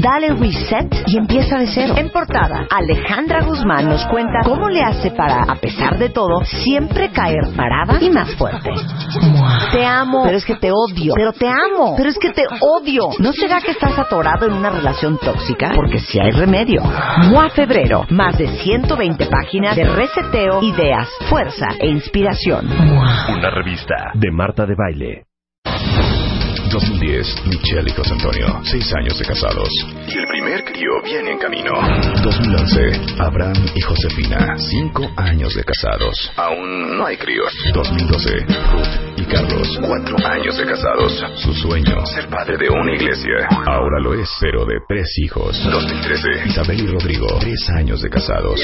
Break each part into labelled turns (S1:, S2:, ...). S1: Dale reset y empieza de cero. En portada, Alejandra Guzmán nos cuenta cómo le hace para, a pesar de todo, siempre caer parada y más fuerte. Te amo, pero es que te odio. Pero te amo, pero es que te odio. ¿No será que estás atorado en una relación tóxica? Porque si hay remedio. MOA Febrero, más de 120 páginas de reseteo, ideas, fuerza e inspiración.
S2: Una revista de Marta de Baile.
S3: 2010, Michelle y José Antonio, seis años de casados. Y el primer crío viene en camino. 2011, Abraham y Josefina, cinco años de casados. Aún no hay críos. 2012, Ruth y Carlos, cuatro años de casados. Su sueño, ser padre de una iglesia. Ahora lo es, pero de tres hijos. 2013, Isabel y Rodrigo, tres años de casados.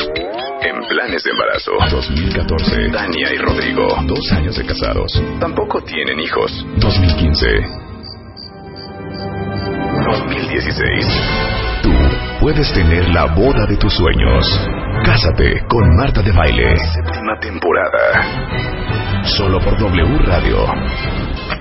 S3: En planes de embarazo. 2014, Dania y Rodrigo, dos años de casados. Tampoco tienen hijos. 2015, 2016. Tú puedes tener la boda de tus sueños. Cásate con Marta de Baile. Séptima temporada. Solo por W Radio.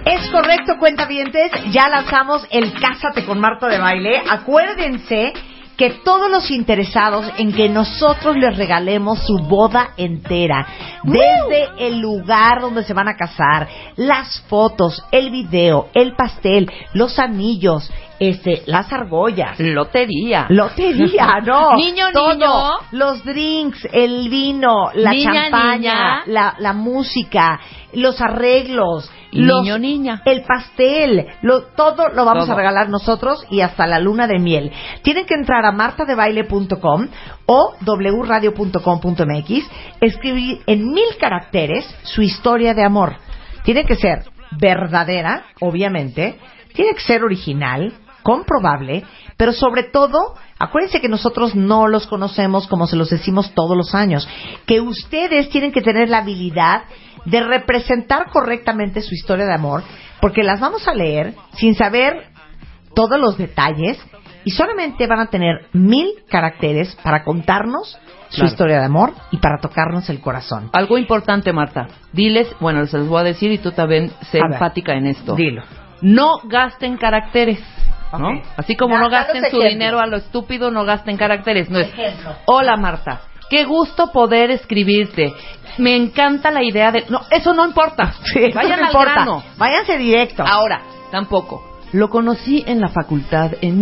S1: Es correcto, cuentavientes. Ya lanzamos el Cásate con Marta de Baile. Acuérdense que todos los interesados en que nosotros les regalemos su boda entera, desde el lugar donde se van a casar, las fotos, el video, el pastel, los anillos, este, las argollas,
S4: Lotería.
S1: Lotería, no.
S4: Niño,
S1: todo.
S4: niño.
S1: Los drinks, el vino, la
S4: Niña,
S1: champaña,
S4: niña.
S1: La, la música, los arreglos. los-
S4: Niño, niña.
S1: El pastel. lo- todo lo vamos
S4: Todo.
S1: a regalar nosotros y hasta la luna de miel. Tienen que entrar a martadebaile.com o wradio.com.mx, escribir en mil caracteres su historia de amor. Tiene que ser verdadera, obviamente. Tiene que ser original comprobable, pero sobre todo, acuérdense que nosotros no los conocemos como se los decimos todos los años, que ustedes tienen que tener la habilidad de representar correctamente su historia de amor, porque las vamos a leer sin saber todos los detalles y solamente van a tener mil caracteres para contarnos su
S4: Claro.
S1: historia de amor y para tocarnos el corazón.
S4: Algo importante, Marta. Diles, bueno, se los voy a decir y tú también sé
S1: A ver.
S4: enfática en esto.
S1: Dilo.
S4: No gasten caracteres. ¿no?
S1: Ok.
S4: Así como no
S1: Da- danos
S4: gasten su
S1: ejemplo.
S4: dinero a lo estúpido, no gasten caracteres. No es,
S1: Ejemplo.
S4: hola Marta, qué gusto poder escribirte. Me encanta la idea de... No, eso no importa. Vayan
S1: no
S4: al
S1: importa.
S4: grano.
S1: Váyanse directo.
S4: Ahora, tampoco. Lo conocí en la facultad en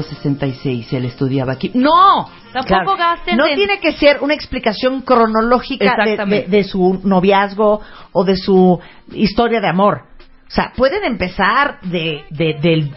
S4: 1966. Él estudiaba aquí. ¡No! Tampoco
S1: Claro.
S4: gasten.
S1: No
S4: en-
S1: tiene que ser una explicación cronológica de,
S4: Exactamente.
S1: de- de su noviazgo o de su historia de amor. O sea, pueden empezar de, de- del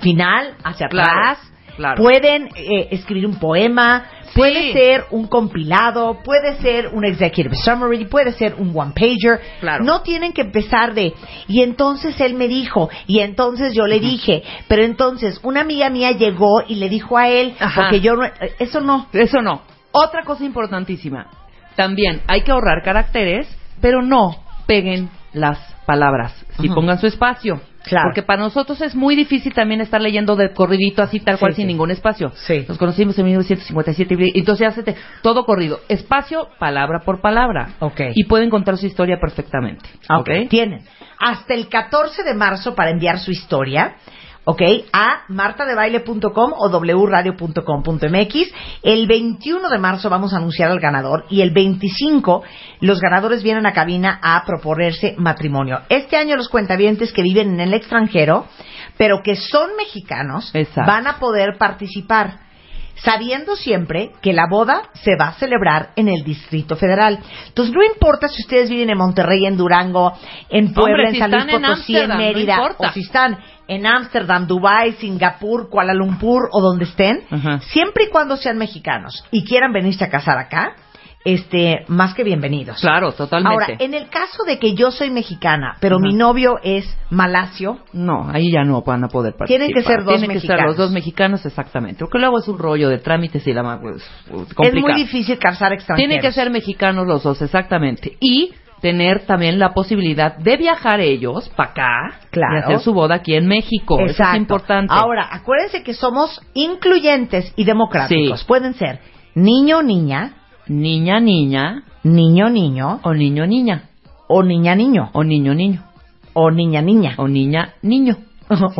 S1: final hacia
S4: Claro,
S1: atrás.
S4: claro.
S1: Pueden eh, escribir un poema,
S4: Sí.
S1: puede ser un compilado, puede ser un executive summary, puede ser un one pager.
S4: Claro.
S1: No tienen que empezar de y entonces él me dijo y entonces yo le dije, pero entonces una amiga mía llegó y le dijo a él
S4: Ajá.
S1: porque yo no eh, eso no.
S4: Eso no. Otra cosa importantísima. También hay que ahorrar caracteres, pero no peguen las palabras. Si
S1: Ujú.
S4: pongan su espacio.
S1: Claro.
S4: Porque para nosotros es muy difícil también estar leyendo de corridito así tal
S1: Sí,
S4: cual
S1: sí.
S4: sin ningún espacio.
S1: Sí.
S4: Nos conocimos en 1957 y entonces hace te- todo corrido, espacio palabra por palabra.
S1: Ok. Ah,
S4: Y pueden contar su historia perfectamente.
S1: Ok. Tienen hasta el 14 de marzo para enviar su historia. Ok, a martadebaile.com o wradio.com.mx. El 21 de marzo vamos a anunciar al ganador y el 25 los ganadores vienen a cabina a proponerse matrimonio. Este año los cuentavientes que viven en el extranjero, pero que son mexicanos,
S4: Exacto.
S1: van a poder participar sabiendo siempre que la boda se va a celebrar en el Distrito Federal. Entonces, no importa si ustedes viven en Monterrey, en Durango, en Puebla,
S4: Hombre, si
S1: en San Luis
S4: están en
S1: Potosí, en,
S4: Ámsterdam, no
S1: Mérida,
S4: importa.
S1: o si están en Ámsterdam, Dubái, Singapur, Kuala Lumpur o donde estén,
S4: Ajá.
S1: siempre y cuando sean mexicanos y quieran venirse a casar acá, este, más que bienvenidos.
S4: Claro, totalmente.
S1: Ahora, en el caso de que yo soy mexicana, pero mi
S4: Ajá.
S1: novio es malasio,
S4: No, ahí ya no van a poder participar.
S1: Tienen que ser dos
S4: Tienen que ser
S1: mexicanos.
S4: los dos mexicanos, exactamente. Porque luego es un rollo de trámites y la ma- pues, complicado.
S1: es muy difícil casar extranjeros.
S4: Tienen que ser mexicanos los dos, exactamente. Y tener también la posibilidad de viajar ellos para acá
S1: Claro.
S4: y hacer su boda aquí en México. Eso es importante.
S1: Ahora, acuérdense que somos incluyentes y democráticos.
S4: Sí.
S1: Pueden ser niño, niña,
S4: niña, niña
S1: niño, niño
S4: o niño, niña
S1: o niña, niño.
S4: o niño, niño.
S1: o niña, niña.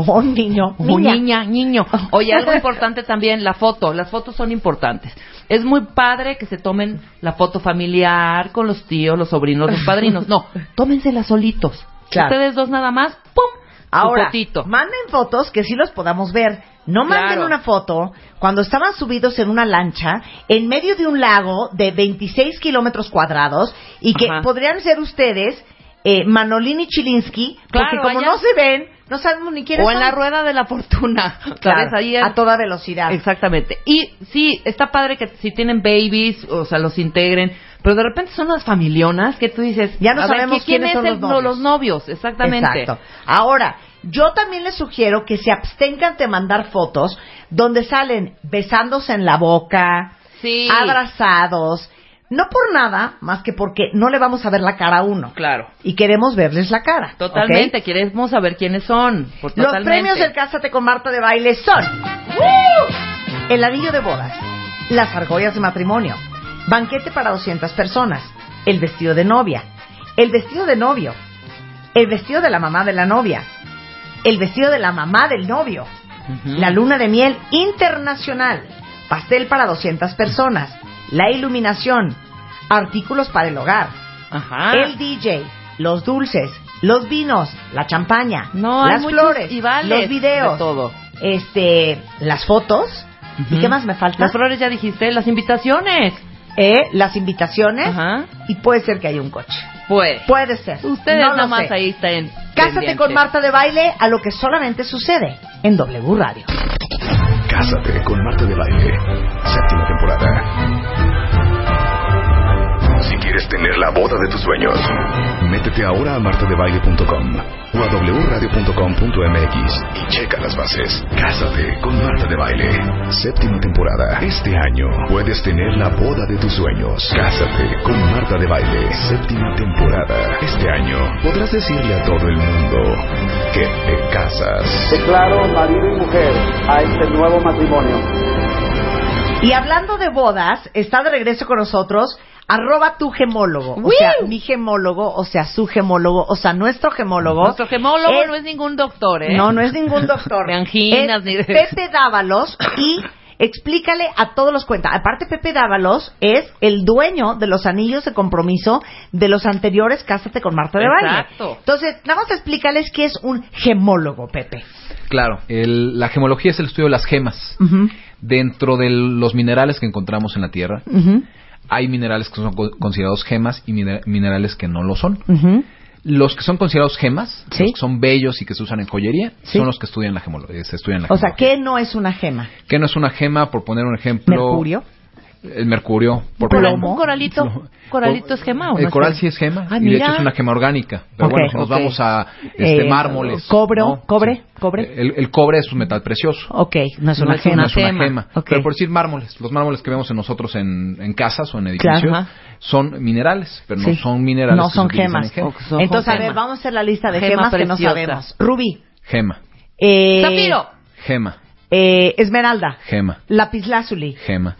S4: O niña, niño.
S1: O niño,
S4: O
S1: niña.
S4: niña, niño. Oye, algo importante también, la foto. Las fotos son importantes. Es muy padre que se tomen la foto familiar con los tíos, los sobrinos, los padrinos. No, tómensela solitos.
S1: Claro.
S4: Ustedes dos nada más, ¡pum! su
S1: Ahora,
S4: fotito.
S1: manden fotos que sí los podamos ver. No
S4: Claro.
S1: manden una foto cuando estaban subidos en una lancha en medio de un lago de 26 kilómetros cuadrados y que
S4: Ajá.
S1: podrían ser ustedes eh, Manolín y Chilinsky, porque
S4: Claro,
S1: como
S4: allá-
S1: no se ven, no sabemos ni quiénes
S4: O en
S1: son.
S4: la rueda de la fortuna.
S1: Claro,
S4: ¿Sabes? Ahí en-
S1: a toda velocidad.
S4: Exactamente. Y sí, está padre que si tienen babies, o sea, los integren, pero de repente son las familionas que tú dices,
S1: Ya no
S4: a ver,
S1: sabemos
S4: ¿quién
S1: quiénes
S4: es
S1: son
S4: el-
S1: los novios?
S4: novios? Exactamente.
S1: Exacto. Ahora, yo también les sugiero que se abstengan de mandar fotos donde salen besándose en la boca,
S4: Sí.
S1: abrazados, no por nada, más que porque no le vamos a ver la cara a uno.
S4: Claro.
S1: Y queremos verles la cara. ¿ok?
S4: Totalmente, queremos saber quiénes son. por-
S1: Los
S4: totalmente.
S1: premios del Cásate con Marta de Baile son el anillo de bodas, las argollas de matrimonio, banquete para 200 personas, el vestido de novia, el vestido de novio, el vestido de la mamá de la novia, el vestido de la mamá del novio,
S4: Ujú.
S1: la luna de miel internacional, pastel para 200 personas, la iluminación, artículos para el hogar,
S4: Ajá.
S1: el DJ, los dulces, los vinos, la champaña,
S4: No, hay
S1: las
S4: muchos
S1: flores,
S4: y vales
S1: los videos,
S4: de todo.
S1: este, las fotos. ¿Y
S4: Ujú.
S1: qué más me falta?
S4: Las flores ya dijiste, las invitaciones.
S1: Eh, las invitaciones.
S4: Ajá.
S1: Y puede ser que haya un coche.
S4: Pues.
S1: Puede ser.
S4: Ustedes
S1: no lo
S4: nada más
S1: sé.
S4: ahí están.
S1: Cásate
S4: pendientes.
S1: con Marta de Baile a lo que solamente sucede en W Radio.
S3: Cásate con Marta de Baile. Séptima temporada. Si quieres tener la boda de tus sueños, métete ahora a martadebaile.com o a wradio.com.mx y checa las bases. Cásate con Marta de Baile. Séptima temporada. Este año puedes tener la boda de tus sueños. Cásate con Marta de Baile. Séptima temporada. Este año podrás decirle a todo el mundo que te casas.
S5: Declaro marido y mujer a este nuevo matrimonio.
S1: Y hablando de bodas, está de regreso con nosotros arroba tu gemólogo. O sea, mi gemólogo, o sea, su gemólogo, o sea, nuestro gemólogo.
S4: Nuestro gemólogo
S1: Es-
S4: no es ningún doctor, ¿eh?
S1: No, no es ningún doctor.
S4: De anginas,
S1: Es
S4: ni de-
S1: Pepe Dávalos y explícale a todos los cuentas. Aparte, Pepe Dávalos es el dueño de los anillos de compromiso de los anteriores Cásate con Marta de Baile.
S4: Exacto.
S1: Entonces, nada más explícales qué es un gemólogo, Pepe.
S6: Claro, el- la gemología es el estudio de las gemas.
S1: Ujú,
S6: Dentro de los minerales que encontramos en la Tierra,
S1: ujú,
S6: hay minerales que son co- considerados gemas y mine- minerales que no lo son.
S1: ujú.
S6: Los que son considerados gemas,
S1: Sí.
S6: los que son bellos y que se usan en joyería,
S1: Sí.
S6: son los que estudian la gemología. Se estudian la
S1: O sea,
S6: gemología.
S1: ¿qué no es una gema?
S6: ¿Qué no es una gema? Por poner un ejemplo.
S1: Mercurio.
S6: El mercurio. Por
S4: Coral-
S6: poner-
S4: un coralito.
S6: No.
S4: ¿Coralito es gema o no?
S6: El
S4: es
S6: coral
S4: gema?
S6: sí es gema.
S4: Ah,
S6: y de
S4: mira.
S6: hecho es una gema orgánica. Pero
S1: Ok,
S6: bueno, si nos
S1: ok.
S6: vamos a este,
S1: Eh,
S6: mármoles.
S1: cobro,
S6: ¿no?
S1: cobre,
S6: Sí.
S1: cobre.
S6: El, el cobre es un metal precioso.
S1: Ok, no es
S4: No
S1: una
S4: es
S1: gema.
S6: No es una
S4: gema.
S6: gema.
S1: Ok.
S6: Pero por decir mármoles, los mármoles que vemos en nosotros en, en casas o en edificios
S4: Claro, ajá.
S6: son minerales, pero
S1: Sí.
S6: no son minerales.
S1: No
S6: que
S1: son
S6: se utilizan
S1: gemas.
S6: en gema.
S4: O que son
S1: Entonces, a
S4: gema.
S1: ver, vamos a hacer la lista de
S4: Gema
S1: gemas que no
S4: preciosa.
S1: sabemos. Rubí.
S6: Gema,
S1: eh,
S4: Zafiro.
S6: gema,
S1: eh, esmeralda.
S6: gema,
S1: Lapislázuli.
S6: gema,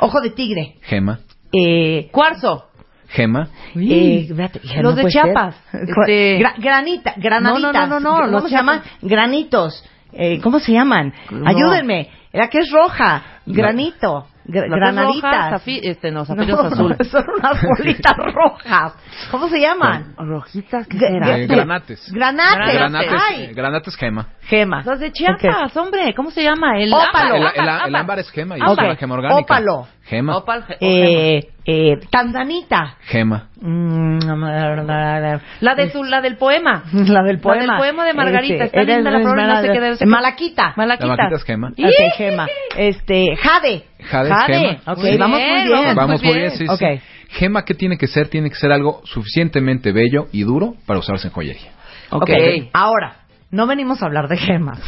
S1: Ojo de tigre.
S6: gema,
S1: Eh,
S4: Cuarzo.
S6: gema,
S1: eh, espérate, ya
S4: Los
S1: no
S4: de
S1: puede
S4: Chiapas,
S1: ser.
S4: este-
S1: Gra- granita, granaditas.
S4: No, no, no, no, no,
S1: ¿Cómo
S4: los
S1: se
S4: Chiapas.
S1: llaman? Granitos. Eh, ¿Cómo se llaman?
S4: No.
S1: Ayúdenme. La que es roja.
S6: No.
S1: Granito. gr-
S4: La
S1: granaditas.
S4: roja, zafi- este, no, zafiros
S1: No,
S4: azul.
S1: Son unas bolitas rojas. ¿Cómo se llaman?
S4: Rojitas,
S1: Gra- gra-
S6: Eh, granates.
S1: Granates.
S6: granates,
S1: Ay,
S6: eh, granates gema.
S1: gema.
S4: Los de Chiapas, hombre, ¿cómo se llama? El
S1: Ópalo.
S6: El,
S4: ámbar,
S6: el-
S4: ámbar,
S6: el ámbar es gema y
S1: ámbar.
S6: es una gema orgánica.
S1: Ópalo.
S6: Gema,
S4: Opal, ge- o gema.
S1: Eh, eh, tanzanita.
S6: gema,
S1: Mm,
S4: La de su, la del poema.
S1: La del poema.
S4: La del poema de Margarita.
S1: Este,
S4: Está linda la
S1: eres
S4: flor, no sé qué debe
S1: Esmeralda.
S4: ser.
S1: Malaquita.
S4: Malaquita.
S6: La Malaquita es gema.
S4: ¡Ih!
S1: Ok, gema. Este, Jade.
S6: Jade es gema.
S1: Ok,
S4: Muy
S1: vamos muy
S4: bien,
S1: bien.
S4: Pues
S6: Vamos
S4: muy
S6: muy
S4: bien.
S6: bien, sí, sí.
S1: Ok.
S6: Gema, ¿qué tiene que ser? Tiene que ser algo suficientemente bello y duro para usarse en joyería.
S1: Ok.
S4: Ok.
S1: Ahora, no venimos a hablar de gemas.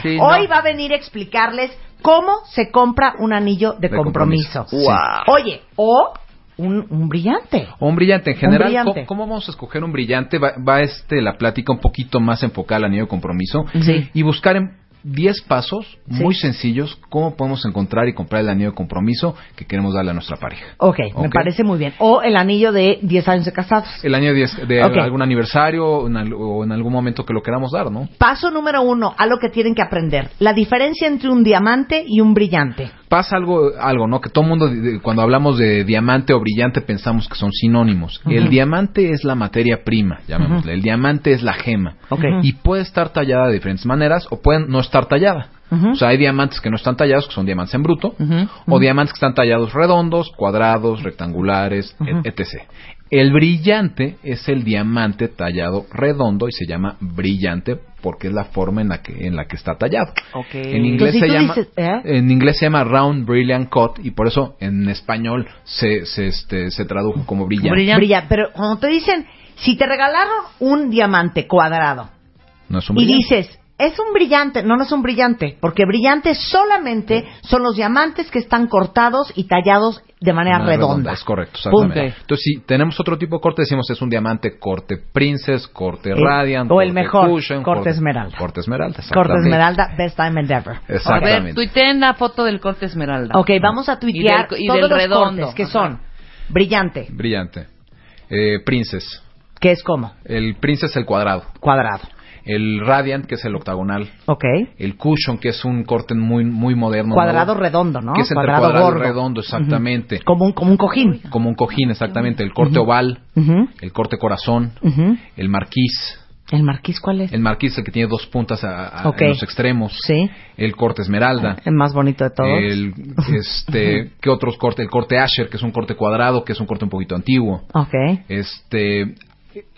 S6: Sí, no.
S1: Hoy va a venir a explicarles cómo se compra un anillo de,
S6: De
S1: compromiso.
S6: compromiso. Wow.
S1: Oye, o un, un brillante.
S6: O un brillante en general.
S1: Un brillante.
S6: ¿cómo, cómo vamos a escoger un brillante? Va, va, este la plática un poquito más enfocada al anillo de compromiso
S4: Sí.
S6: y buscar en 10 pasos muy sencillos cómo podemos encontrar y comprar el anillo de compromiso que queremos darle a nuestra pareja.
S1: Ok, me parece muy bien. O el anillo de 10 años de casados.
S6: El año 10 de
S1: Ok.
S6: algún aniversario o en al- o en algún momento que lo queramos dar, ¿no?
S1: Paso número uno, a lo que tienen que aprender. La diferencia entre un diamante y un brillante.
S6: pasa algo, algo, ¿no? Que todo mundo, de- de- cuando hablamos de diamante o brillante, pensamos que son sinónimos. El diamante es la materia prima, llamémosle. El diamante es la gema.
S1: Ok.
S6: Y puede estar tallada de diferentes maneras o pueden no estar tallada. O sea, hay diamantes que no están tallados, que son diamantes en bruto, o diamantes que están tallados redondos, cuadrados, rectangulares, et- etc. El brillante es el diamante tallado redondo y se llama brillante porque es la forma en la que, en la que está tallado. En
S1: Entonces,
S6: inglés, se
S1: si tú
S6: llama,
S1: dices, ¿eh?
S6: en inglés se llama Round Brilliant Cut y por eso en español se, se, este, se tradujo como brillante.
S4: Brillante.
S1: Brilla- Pero cuando te dicen, si te regalaron un diamante cuadrado
S6: No es un
S1: y
S6: brillante.
S1: dices, es un brillante, no, no es un brillante, porque brillante solamente son los diamantes que están cortados y tallados de manera
S6: No,
S1: redonda.
S6: Es correcto,
S1: Punto.
S6: exactamente. Entonces, si tenemos otro tipo de corte, decimos es un diamante corte princess, corte radiant.
S1: Eh, o el
S6: corte
S1: mejor,
S6: cushion,
S1: corte esmeralda.
S6: Corte esmeralda,
S1: Corte
S6: exactamente.
S1: esmeralda, best time and ever.
S4: A ver,
S6: Exactamente.
S4: tuiteen la foto del corte esmeralda.
S1: Ok, vamos a tuitear
S4: Y del- y
S1: todos
S4: del
S1: los
S4: redondo.
S1: cortes que
S4: Ajá.
S1: son brillante,
S6: Brillante. Eh, princess.
S1: que es como
S6: El princess el cuadrado.
S1: cuadrado.
S6: El radiant, que es el octagonal.
S1: Ok.
S6: El cushion, que es un corte muy, muy moderno.
S1: Cuadrado
S6: nuevo,
S1: redondo, ¿no?
S6: Que es entre
S1: Cuadrado
S6: cuadrado,
S1: gordo.
S6: y redondo, exactamente.
S1: Como un, como un cojín.
S6: como un cojín, exactamente. El corte oval,
S1: Ujú,
S6: el corte corazón,
S1: ujú.
S6: el marquís.
S1: ¿El marquís cuál es?
S6: El marquís, el que tiene dos puntas a, a-
S1: Ok.
S6: en los extremos.
S1: Sí.
S6: El corte esmeralda.
S1: El más bonito de todos.
S6: El, este, ¿qué otros cortes? El corte Asher, que es un corte cuadrado, que es un corte un poquito antiguo.
S1: Ok.
S6: Este.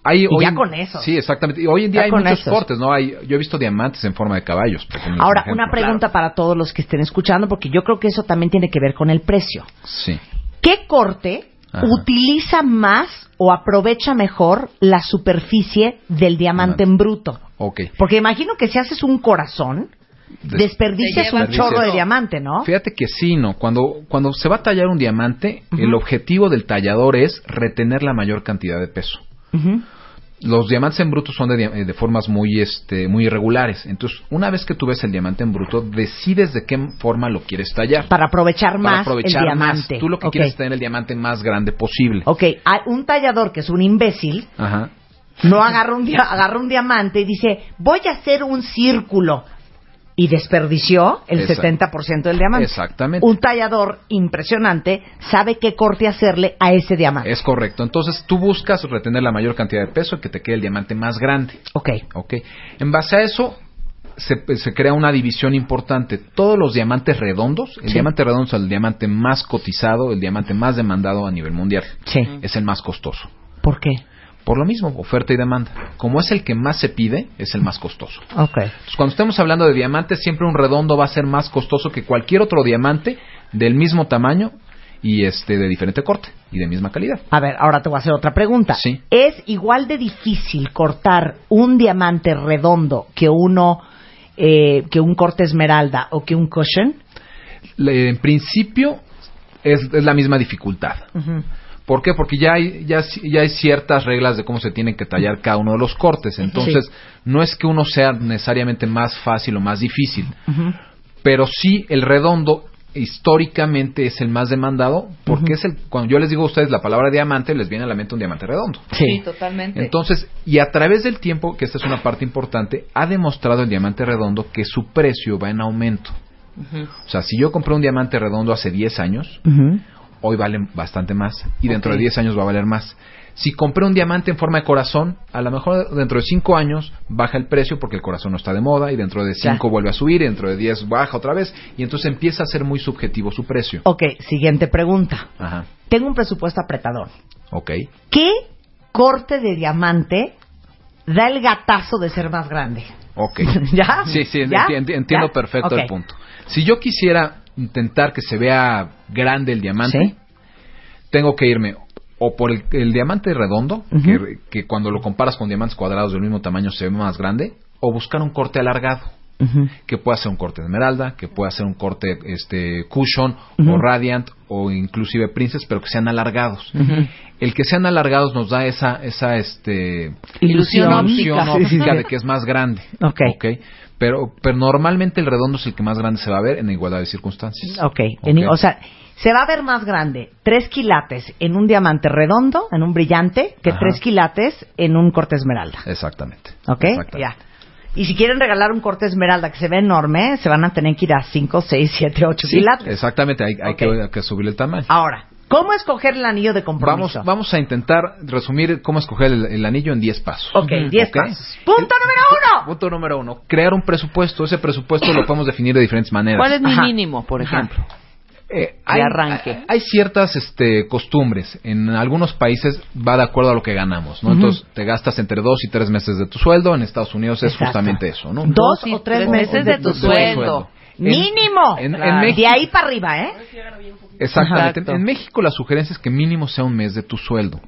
S6: Hay hoy
S1: ya
S6: en-
S1: con eso.
S6: Sí, exactamente. Y hoy en día
S1: Ya
S6: hay
S1: con
S6: muchos
S1: esos.
S6: cortes, ¿no? Hay, yo he visto diamantes en forma de caballos. por poner un
S1: Ahora,
S6: ejemplo.
S1: una pregunta para todos los que estén escuchando, porque yo creo que eso también tiene que ver con el precio.
S6: Sí.
S1: ¿Qué corte
S6: Ajá.
S1: utiliza más o aprovecha mejor la superficie del diamante en bruto?
S6: Ok.
S1: Porque imagino que si haces un corazón,
S6: Des-
S1: desperdicias
S4: Te llevas
S1: un chorro de
S4: todo.
S1: diamante, ¿no?
S6: Fíjate que sí, no. Cuando, cuando se va a tallar un diamante, el objetivo del tallador es retener la mayor cantidad de peso.
S1: Ujú.
S6: Los diamantes en bruto son de, dia- eh, de formas muy, este, muy irregulares. Entonces, una vez que tú ves el diamante en bruto, decides de qué forma lo quieres tallar.
S1: Para aprovechar
S6: Para
S1: más el diamante.
S6: más. Tú lo que
S1: Ok.
S6: quieres es tener el diamante más grande posible.
S1: Ok, hay un tallador que es un imbécil
S6: Ajá.
S1: no agarra un, dia- agarra un diamante y dice, voy a hacer un círculo. Y desperdició el
S6: Exacto.
S1: 70% del diamante.
S6: Exactamente.
S1: Un tallador impresionante sabe qué corte hacerle a ese diamante.
S6: Es correcto. Entonces, tú buscas retener la mayor cantidad de peso y que te quede el diamante más grande.
S1: Ok.
S6: ¿ok? En base a eso, se, se crea una división importante. Todos los diamantes redondos, el
S1: Sí.
S6: diamante redondo es el diamante más cotizado, el diamante más demandado a nivel mundial.
S1: Sí.
S6: Es el más costoso.
S1: ¿Por qué?
S6: Por lo mismo, oferta y demanda. Como es el que más se pide, es el más costoso.
S1: Ok.
S6: Entonces, cuando estemos hablando de diamantes, siempre un redondo va a ser más costoso que cualquier otro diamante del mismo tamaño y este de diferente corte y de misma calidad.
S1: A ver, ahora te voy a hacer otra pregunta.
S6: Sí.
S1: ¿Es igual de difícil cortar un diamante redondo que uno, eh, que un corte esmeralda o que un cushion?
S6: Le- En principio, es, es la misma dificultad. ¿Por qué? Porque ya hay, ya, ya hay ciertas reglas de cómo se tienen que tallar cada uno de los cortes. Entonces,
S1: Sí.
S6: no es que uno sea necesariamente más fácil o más difícil, pero sí el redondo históricamente es el más demandado porque es el cuando yo les digo a ustedes la palabra diamante les viene a la mente un diamante redondo
S4: Sí, totalmente.
S6: entonces y a través del tiempo que esta es una parte importante ha demostrado el diamante redondo que su precio va en aumento
S4: Ujú.
S6: o sea si yo compré un diamante redondo hace 10 años
S1: Ujú.
S6: hoy valen bastante más y dentro
S4: Ok.
S6: de 10 años va a valer más. Si compré un diamante en forma de corazón, a lo mejor dentro de 5 años baja el precio porque el corazón no está de moda y dentro de 5
S1: Claro.
S6: vuelve a subir y dentro de 10 baja otra vez y entonces empieza a ser muy subjetivo su precio.
S1: Ok, siguiente pregunta.
S6: Ajá.
S1: Tengo un presupuesto apretador.
S6: Ok.
S1: ¿Qué corte de diamante da el gatazo de ser más grande?
S6: Ok.
S1: ¿Ya?
S6: Sí, sí,
S1: ¿Ya?
S6: enti- enti- entiendo
S1: ¿Ya?
S6: perfecto
S1: Ok.
S6: el punto. Si yo quisiera intentar que se vea grande el diamante,
S1: Sí.
S6: tengo que irme o por el, el diamante redondo,
S1: Ujú.
S6: que, que cuando lo comparas con diamantes cuadrados del mismo tamaño se ve más grande, o buscar un corte alargado.
S4: Ujú.
S6: que pueda ser un corte esmeralda, que pueda ser un corte este cushion
S4: Ujú.
S6: o radiant o inclusive princess, pero que sean alargados. El que sean alargados nos da esa esa este
S4: Ilusión
S6: ilusión
S4: óptica.
S6: óptica
S4: Sí, sí, sí.
S6: de que es más grande.
S1: Ok.
S6: Pero pero normalmente el redondo es el que más grande se va a ver en igualdad de circunstancias.
S1: Ok. En-
S6: Ok.
S1: o sea, se va a ver más grande tres quilates en un diamante redondo, en un brillante, que
S6: Ajá.
S1: tres quilates en un corte esmeralda.
S6: Exactamente.
S1: ¿Ok?
S6: Exactamente.
S1: Ya. Y si quieren regalar un corte esmeralda que se ve enorme, se van a tener que ir a 5, 6, 7, 8
S6: Sí,
S1: quilates.
S6: exactamente, hay, hay
S1: Ok. Ah,
S6: que, hay que subir el tamaño.
S1: Ahora, ¿cómo escoger el anillo de
S6: Vamos,
S1: compromiso?
S6: vamos a intentar resumir cómo escoger el, el anillo en 10 pasos.
S1: Ok,
S4: Ujú.
S1: 10
S6: Ok. Eh,
S1: pasos. Punto número uno.
S6: Punto número uno, crear un presupuesto. Ese presupuesto lo podemos definir de diferentes maneras.
S4: ¿Cuál es mi
S1: Ajá.
S4: mínimo, por
S1: Ajá.
S4: ejemplo?
S6: Eh,
S4: de arranque?
S6: Hay, hay ciertas este, costumbres. En algunos países va de acuerdo a lo que ganamos. ¿no? Entonces te gastas entre dos y tres meses de tu sueldo. En Estados Unidos es
S1: Exacto.
S6: justamente eso. ¿no?
S1: Dos
S4: Dos y
S1: o tres
S4: tres
S1: meses
S4: meses de tu
S6: tu
S4: sueldo.
S6: En-
S1: Mínimo.
S6: En, en
S4: Claro.
S6: México-
S1: De ahí para arriba, ¿eh?
S6: Exactamente.
S4: Exacto.
S6: En México la sugerencia es que mínimo sea un mes de tu sueldo.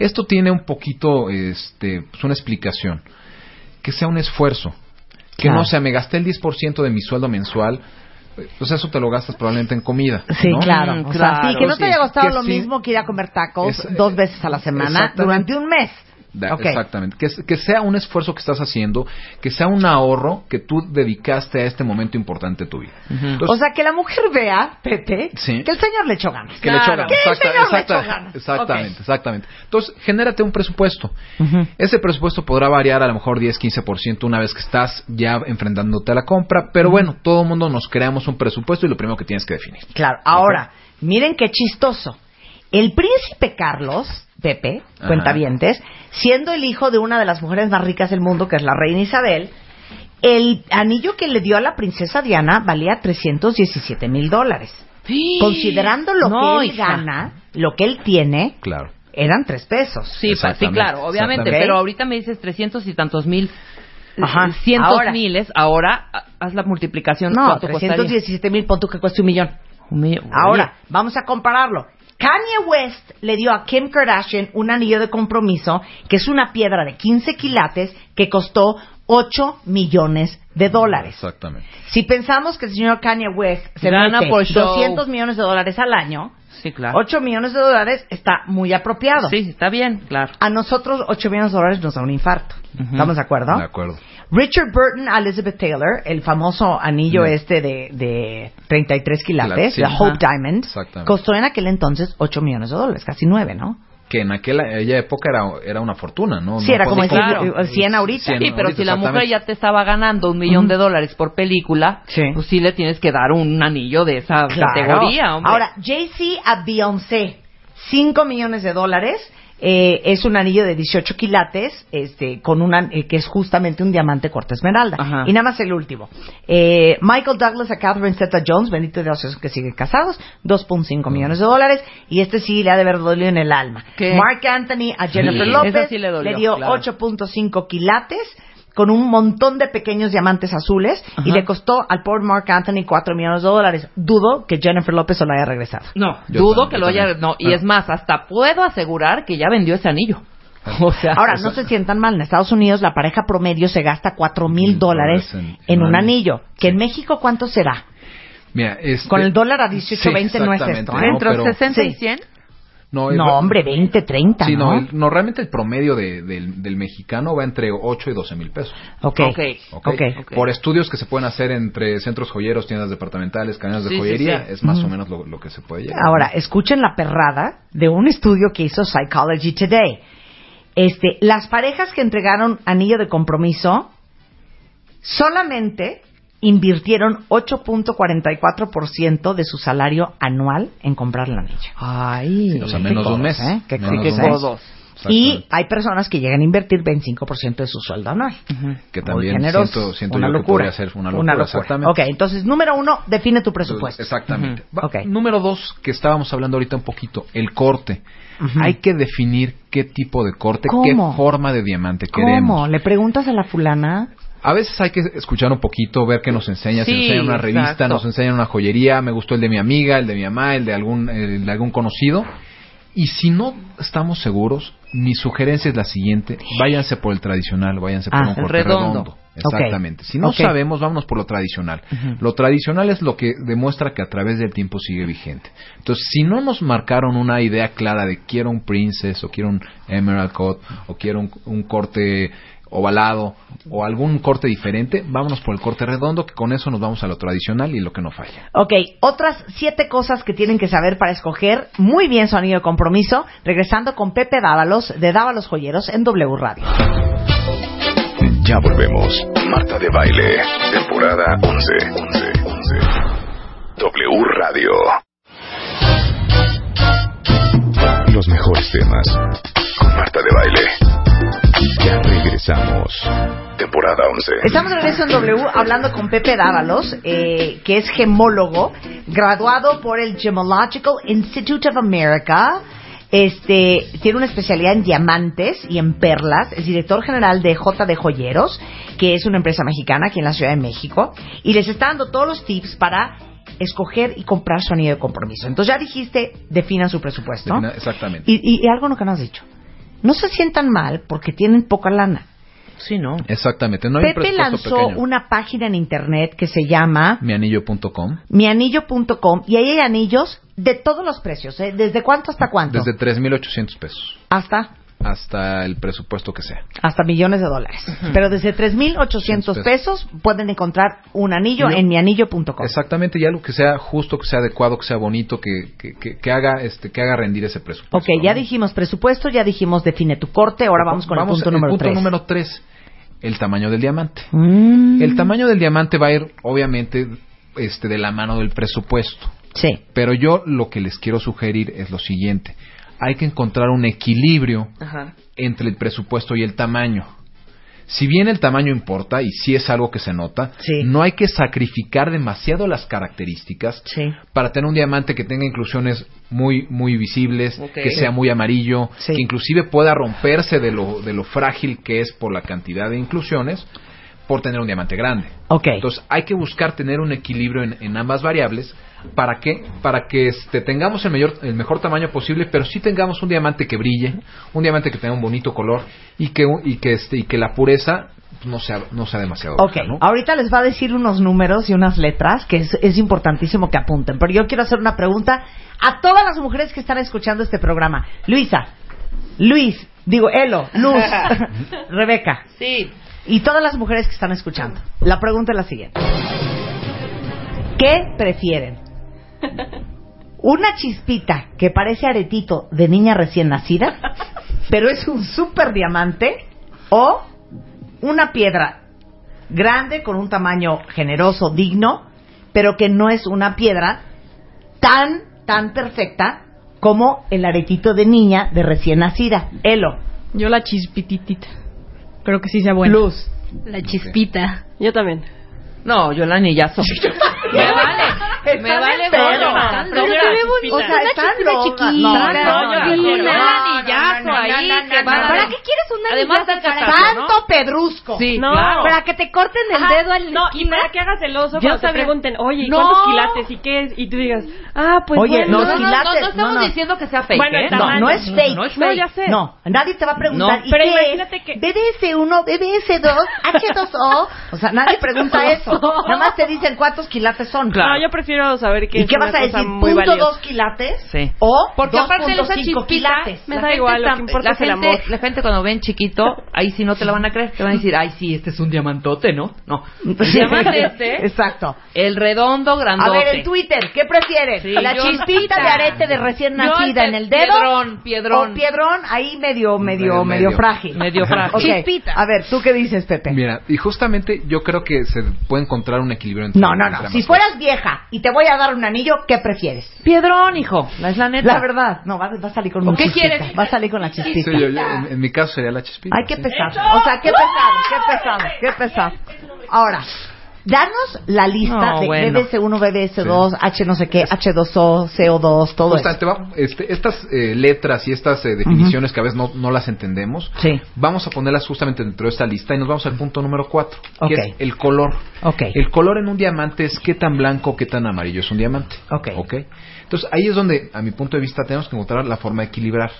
S6: Esto tiene un poquito, este, pues una explicación. Que sea un esfuerzo. Que
S1: Claro.
S6: no sea, me gasté el 10% de mi sueldo mensual. eh, Pues eso te lo gastas probablemente en comida.
S1: Sí,
S6: ¿no?
S1: claro.
S4: Mm,
S1: O sea,
S4: claro,
S1: sí, que no te
S6: sí.
S1: haya costado
S6: Que
S1: lo
S6: sí.
S1: mismo que ir a comer tacos
S6: Es- eh,
S1: dos veces a la semana
S6: Exactamente.
S1: durante un mes.
S6: Da-
S1: Ok.
S6: Exactamente. Que, que sea un esfuerzo que estás haciendo, que sea un ahorro que tú dedicaste a este momento importante de tu vida.
S4: Ujú.
S1: o sea, que la mujer vea, Pepe,
S6: Sí.
S1: que el señor le echó ganas.
S6: que
S4: claro.
S6: le echó ganas.
S4: Que
S1: el
S6: Exacta-
S1: señor le
S6: exacta-
S1: echó ganas.
S6: Exactamente,
S1: Ok.
S6: exactamente. Entonces, genérate un presupuesto. Ese presupuesto podrá variar a lo mejor 10, 15% una vez que estás ya enfrentándote a la compra, pero bueno, todo el mundo nos creamos un presupuesto y lo primero que tienes que definir.
S1: Claro, ahora, miren qué chistoso. El príncipe Carlos, Pepe,
S6: Ajá.
S1: cuentavientes, siendo el hijo de una de las mujeres más ricas del mundo, que es la reina Isabel, el anillo que le dio a la princesa Diana valía 317 mil dólares.
S4: Sí.
S1: Considerando lo
S4: No,
S1: que él
S4: hija.
S1: gana, lo que él tiene,
S6: Claro.
S1: eran tres pesos.
S4: Sí, pa- sí,
S6: Exactamente,
S4: claro, obviamente.
S6: exactamente.
S4: Pero ahorita me dices 300 y tantos mil.
S1: Ajá.
S4: eh, Cientos
S1: Ahora.
S4: miles. Ahora ha- haz la multiplicación.
S1: No,
S4: ¿cuánto costaría?
S1: 317 mil, pon tú que cuesta un millón.
S4: Un millón.
S1: Ahora, vamos a compararlo. Kanye West le dio a Kim Kardashian un anillo de compromiso, que es una piedra de 15 quilates, que costó 8 millones de dólares.
S6: Exactamente.
S1: Si pensamos que el señor Kanye West se
S4: Gana
S1: mete
S4: por show.
S1: 200 millones de dólares al año,
S4: Sí, claro.
S1: 8 millones de dólares está muy apropiado.
S4: Sí, está bien, claro.
S1: A nosotros 8 millones de dólares nos da un infarto.
S4: Ujú.
S1: ¿Estamos de acuerdo?
S6: De acuerdo.
S1: Richard Burton a Elizabeth Taylor, el famoso anillo
S6: Mm.
S1: este de, de 33 quilates,
S6: Claro, sí.
S1: la Hope
S4: Ajá.
S1: Diamond,
S6: Exactamente.
S1: costó en aquel entonces 8 millones de dólares, casi 9, ¿no?
S6: Que en aquella ella época era, era una fortuna, ¿no?
S1: sí,
S6: No
S1: era como
S6: podía-
S1: decir,
S4: claro.
S1: eh, 100 ahorita.
S6: Cien.
S4: Sí, pero
S6: ahorita,
S4: si la mujer
S6: exactamente.
S4: ya te estaba ganando un millón de dólares por película,
S1: Sí.
S4: pues sí le tienes que dar un anillo de esa
S1: Claro.
S4: categoría, hombre.
S1: Ahora, Jay-Z a Beyoncé, 5 millones de dólares. eh, es un anillo de 18 quilates, este, con una, eh, que es justamente un diamante corta esmeralda.
S4: Ajá.
S1: Y nada más el último. Eh, Michael Douglas a Catherine Zeta-Jones, bendito Dios, esos que siguen casados, 2.5 millones de dólares. Y este sí le ha de haber dolido en el alma.
S4: ¿Qué?
S1: Mark Anthony a Jennifer
S4: Sí.
S1: Lopez
S4: Esa sí le dolió,
S1: dio
S4: claro.
S1: 8.5 quilates con un montón de pequeños diamantes azules y
S4: Ajá.
S1: le costó al pobre Mark Anthony 4 millones de dólares. Dudo que Jennifer López se lo haya regresado.
S4: No,
S6: Yo
S4: dudo
S6: también,
S4: que
S6: yo
S4: lo haya.
S6: también.
S4: No, y
S6: Ah.
S4: es más, hasta puedo asegurar que ya vendió ese anillo. O sea,
S1: Ahora, no se sientan mal. En Estados Unidos la pareja promedio se gasta 4 mil dólares en,
S6: en-
S1: un
S6: en-
S1: anillo. Que en México, ¿cuánto será?
S6: Mira, este-
S1: Con el dólar a 18,
S6: Sí,
S1: 20 no es esto,
S6: exactamente,
S1: ¿eh?
S6: no,
S4: entre
S6: pero-
S4: 60 y
S1: Sí.
S4: 100.
S6: no, es-
S1: No, hombre, 20, 30,
S6: Sí,
S1: ¿no?
S6: no, el- no, realmente el promedio de- del, del mexicano va entre 8 y 12 mil pesos.
S1: Ok.
S4: Ok.
S6: ¿ok?
S1: Ok.
S4: Ok.
S6: Por estudios que se pueden hacer entre centros joyeros, tiendas departamentales, cadenas de
S4: Sí, sí,
S6: joyería,
S4: sí.
S6: es más o menos lo, lo que se puede llegar.
S1: Eh, Ahora, escuchen la perrada de un estudio que hizo Psychology Today. Este, las parejas que entregaron anillo de compromiso solamente invirtieron 8.44% de su salario anual en comprar la anillo.
S4: Ay.
S6: O sea, menos de un mes.
S1: ¿eh? Qué
S6: Menos de
S1: exigentes.
S6: un mes.
S4: Todos.
S1: Y
S6: Exactamente.
S1: hay personas que llegan a invertir 25% de su sueldo anual.
S6: que
S1: Muy
S6: también
S1: generosos.
S6: siento, siento
S1: Una
S6: yo
S1: locura.
S6: que podría ser una locura. Exactamente.
S1: Ok, entonces, número uno, define tu presupuesto.
S6: Exactamente.
S1: Ujú.
S6: Va-
S1: Ok.
S6: Número dos, que estábamos hablando ahorita un poquito, el corte.
S1: Ujú.
S6: Hay que definir qué tipo de corte,
S1: ¿Cómo?
S6: qué forma de diamante
S1: ¿Cómo?
S6: queremos.
S1: ¿Le preguntas a la fulana?
S6: A veces hay que escuchar un poquito, ver qué nos enseña.
S4: Sí,
S6: se enseña en una revista,
S4: exacto.
S6: nos enseña en una joyería. Me gustó el de mi amiga, el de mi mamá, el de algún, el de algún conocido. Y si no estamos seguros, mi sugerencia es la siguiente: váyanse por el tradicional, váyanse por
S1: Ah,
S6: un
S1: el
S6: corte
S4: redondo.
S6: redondo. Exactamente. Si no
S1: Ok.
S6: sabemos, vámonos por lo tradicional. Lo tradicional es lo que demuestra que a través del tiempo sigue vigente. Entonces, si no nos marcaron una idea clara de quiero un princess o quiero un emerald cut o quiero un, un corte ovalado o algún corte diferente, vámonos por el corte redondo que con eso nos vamos a lo tradicional y lo que no falla.
S1: Ok, otras siete cosas que tienen que saber para escoger muy bien su anillo de compromiso, regresando con Pepe Dávalos de Dávalos Joyeros en W Radio.
S3: Ya volvemos. Marta de Baile, temporada 11. 11, 11. W Radio. Los mejores temas con Marta de Baile. Ya regresamos. Temporada 11.
S1: Estamos de regreso en W hablando con Pepe Dávalos, eh, que es gemólogo, graduado por el Gemological Institute of America. Este, tiene una especialidad en diamantes y en perlas. Es director general de J de Joyeros, que es una empresa mexicana aquí en la Ciudad de México. Y les está dando todos los tips para escoger y comprar su anillo de compromiso. Entonces ya dijiste, definan su presupuesto.
S6: Defina- exactamente.
S1: Y, y- y algo no que no has dicho. No se sientan mal porque tienen poca lana.
S4: Sí, no.
S6: Exactamente. No hay un
S1: Pepe
S6: presupuesto
S1: lanzó
S6: pequeño.
S1: una página en internet que se llama
S6: Mianillo.com.
S1: mianillo.com y ahí hay anillos de todos los precios, ¿eh? ¿Desde cuánto hasta cuánto?
S6: Desde 3.800 pesos
S1: Hasta
S6: hasta el presupuesto que sea.
S1: hasta millones de dólares. Pero desde 3.800 pesos pueden encontrar un anillo
S6: Yo-
S1: en mianillo.com.
S6: Exactamente, y algo que sea justo, que sea adecuado, que sea bonito, que, que, que- que haga este que haga rendir ese presupuesto.
S1: Ok, ya dijimos presupuesto, ya dijimos define tu corte, ahora vamos con el punto número Mm.
S6: punto
S1: 3.
S6: número tres, el tamaño del diamante.
S4: Mm.
S6: El tamaño del diamante va a ir obviamente este de la mano del presupuesto,
S1: Sí.
S6: pero yo lo que les quiero sugerir es lo siguiente. Hay que encontrar un equilibrio
S4: Ajá.
S6: entre el presupuesto y el tamaño. Si bien el tamaño importa y si es algo que se nota,
S1: Sí.
S6: no hay que sacrificar demasiado las características
S1: Sí.
S6: para tener un diamante que tenga inclusiones muy muy visibles,
S4: Ok.
S6: que sea muy amarillo,
S1: Sí.
S6: que inclusive pueda romperse de lo de lo frágil que es por la cantidad de inclusiones por tener un diamante grande.
S1: Ok.
S6: Entonces hay que buscar tener un equilibrio en, en ambas variables para que para que este, tengamos el mayor el mejor tamaño posible, pero sí tengamos un diamante que brille, un diamante que tenga un bonito color y que un- y que este y que la pureza no sea no sea demasiado.
S1: Ok, Ah,
S6: baja, ¿no?
S1: ahorita les va a decir unos números y unas letras que es, es importantísimo que apunten. Pero yo quiero hacer una pregunta a todas las mujeres que están escuchando este programa. Luisa, Luis, digo Elo, Luz, Rebeca
S4: Sí.
S1: y todas las mujeres que están escuchando. La pregunta es la siguiente. ¿Qué prefieren? ¿Una chispita que parece aretito de niña recién nacida, pero es un super diamante? ¿O una piedra grande con un tamaño generoso, digno, pero que no es una piedra tan, tan perfecta como el aretito de niña de recién nacida? Elo.
S7: Yo la chispititita. Creo que sí sea buena.
S1: Luz.
S8: La chispita. Yo también.
S4: No, yo el anillazo. me vale. Me
S1: Están
S4: vale
S1: enfermas.
S4: gorro.
S1: Pero
S4: Pero
S8: se
S4: mira,
S8: ve bonito.
S1: O sea,
S8: Una
S1: están
S8: chispita
S1: locas.
S8: chiquita.
S1: No,
S4: No,
S1: no,
S4: yo-
S8: divina.
S4: yo-
S1: no, no,
S4: anillazo ahí.
S1: no, no,
S4: que
S1: no,
S4: va-
S1: no.
S8: ¿Para qué quieres un
S4: Además
S8: anillazo?
S4: está
S8: para-
S4: casado.
S1: Tanto pedrusco.
S4: Sí,
S7: No.
S4: claro.
S8: Para que te corten el
S7: Ajá.
S8: dedo al
S7: No, y para que hagas el oso cuando te
S4: sabré.
S7: pregunten, oye, ¿y
S4: No.
S7: ¿cuántos quilates y qué es? Y tú digas, ah, pues
S1: Oye,
S7: bueno.
S1: los
S4: No, no, no,
S1: quilates,
S4: no estamos
S1: no, no.
S4: diciendo que sea fake.
S7: Bueno, el
S4: ¿eh?
S1: No,
S7: tamaño.
S1: no es fake.
S4: No es
S7: No,
S4: fake.
S7: ya sé.
S1: No, nadie te va a preguntar.
S4: No,
S1: ¿y
S7: pero
S1: qué
S7: imagínate
S1: es?
S7: que-
S1: BDS1, BDS2, H2O. O sea, nadie pregunta eso. Nada más te dicen cuántos quilates son.
S4: Claro.
S7: No, yo prefiero saber que
S1: ¿Y
S7: es
S1: qué
S7: una
S1: vas a decir?
S7: cosa muy
S1: ¿Punto
S7: valiosa.
S1: dos quilates?
S4: Sí.
S1: O
S4: Porque aparte de esa
S1: 2.5
S4: chispita,
S1: quilates.
S7: Me
S4: la
S7: da
S4: gente
S7: igual, lo
S4: está-
S7: que importa
S4: la
S7: es el
S4: gente-
S7: amor.
S4: La gente cuando ven chiquito, ahí sí no te la van a creer, te van a decir, ay sí, este es un diamantote, ¿no? No, el diamante este,
S1: Pues Exacto.
S4: el redondo
S1: A
S4: grandote.
S1: ver, en Twitter, ¿qué prefieres?
S4: Sí,
S1: ¿La
S4: yo-
S1: chispita de arete de recién
S4: Yo
S1: nacida
S4: el
S1: en
S4: de-
S1: el dedo?
S4: piedrón, piedrón.
S1: O piedrón, ahí medio, medio, medio,
S6: Medio, medio.
S1: frágil.
S4: Medio frágil.
S1: Ok,
S8: Chispita.
S1: A ver, ¿tú qué dices, Pepe?
S6: Mira, y justamente yo creo que se puede encontrar un equilibrio entre
S1: No, no,
S6: entre
S1: no.
S6: ambas
S1: Si
S6: cosas.
S1: fueras vieja y te voy a dar un anillo, ¿qué prefieres?
S4: Piedrón, hijo, la es la neta.
S1: La verdad. No, va, va a salir con
S4: ¿O
S1: un
S4: qué
S1: chispita.
S4: quieres?
S1: Va a salir con la
S6: Sí,
S1: chispita.
S6: yo- yo- en, en mi caso sería la chispita.
S1: Ay, qué
S6: sí.
S1: pesado. O sea, qué pesado, qué pesado, qué pesado. Ahora, danos la lista
S4: No,
S1: de
S4: bueno.
S1: BBS1, BBS2, H no sé qué, H2O, CO2, todo eso.
S6: Justamente, va- este, estas eh, letras y estas eh, definiciones que a veces no, no las entendemos,
S1: Sí.
S6: vamos a ponerlas justamente dentro de esta lista y nos vamos al punto número 4,
S1: Ok.
S6: que es el color.
S1: Ok.
S6: El color en un diamante es qué tan blanco, qué tan amarillo es un diamante.
S1: Ok.
S6: Entonces ahí es donde, a mi punto de vista, tenemos que encontrar la forma de equilibrar.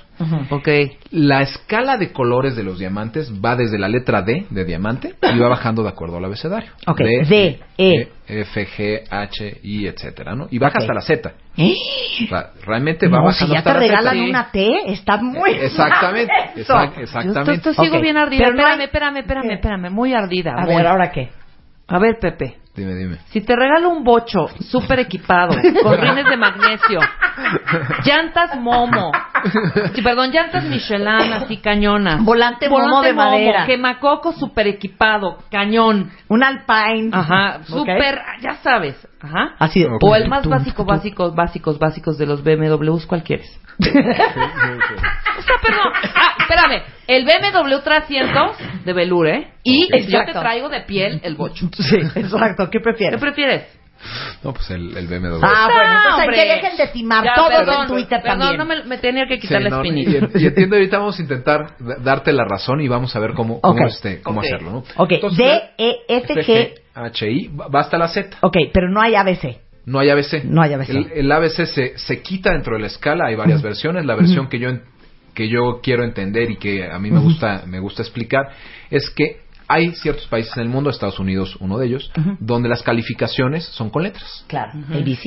S4: Ok.
S6: La escala de colores de los diamantes va desde la letra D de diamante y va bajando de acuerdo al abecedario.
S1: Ok, D, E.
S6: F, G, H, I, etcétera, ¿no? Y baja
S1: Ok.
S6: hasta la Z.
S1: ¿Eh?
S6: O sea, realmente va
S1: No, si
S6: bajando
S1: ya
S6: hasta
S1: te
S6: la Z.
S1: regalan una T, está muy mal
S6: Exactamente,
S1: eso.
S6: exact-
S4: Yo esto,
S6: exactamente.
S4: esto sigo
S1: Ok.
S4: bien ardida.
S1: Pero no
S4: espérame,
S1: hay-
S4: espérame, espérame,
S1: ¿Qué?
S4: espérame. Muy ardida.
S1: A
S4: muy.
S1: ver, ¿ahora qué?
S4: Ah, A ver, Pepe.
S6: Dime, dime.
S4: Si te regalo un bocho súper equipado, con rines de magnesio, llantas Momo, sí, perdón, llantas Michelin, así cañonas.
S1: Volante Momo de madera.
S4: Quemacoco súper equipado, cañón.
S1: Un Alpine.
S4: Ajá,
S1: Ok.
S4: súper, ya sabes. Ajá.
S1: Así de-
S4: O el más
S1: Tum,
S4: básico,
S1: tum, tum.
S4: básicos, básicos, básicos de los BMWs, ¿cuál quieres? o sea, perdón. Ah, espérame. El BMW 300 de velour, ¿eh? Y yo te
S1: Exacto.
S4: traigo de piel el bocho.
S1: Sí, exacto. ¿Qué
S4: ¿Qué
S1: prefieres?
S4: prefieres?
S6: No, pues el, el BMW.
S1: Ah, bueno, entonces
S4: hombre.
S1: que dejen de timar
S4: Ya,
S1: todo
S4: perdón,
S1: en Twitter
S4: perdón,
S1: también.
S4: no me, me tenía que
S6: Sí,
S4: quitar la
S6: no,
S4: espinita.
S6: y, y entiendo, ahorita vamos a intentar da- darte la razón y vamos a ver cómo, cómo,
S1: Ok.
S6: este, cómo
S4: Ok.
S6: hacerlo. ¿no?
S1: Ok, D, E, F, G.
S6: H, I, va hasta la Z.
S1: Ok, pero no hay ABC.
S6: No hay ABC.
S1: No hay ABC.
S6: El, el ABC se, se quita dentro de la escala, hay varias versiones. La versión que yo en- que yo quiero entender y que a mí me gusta me gusta explicar es que hay ciertos países en el mundo, Estados Unidos uno de ellos, donde las calificaciones son con letras.
S1: Claro, ABC.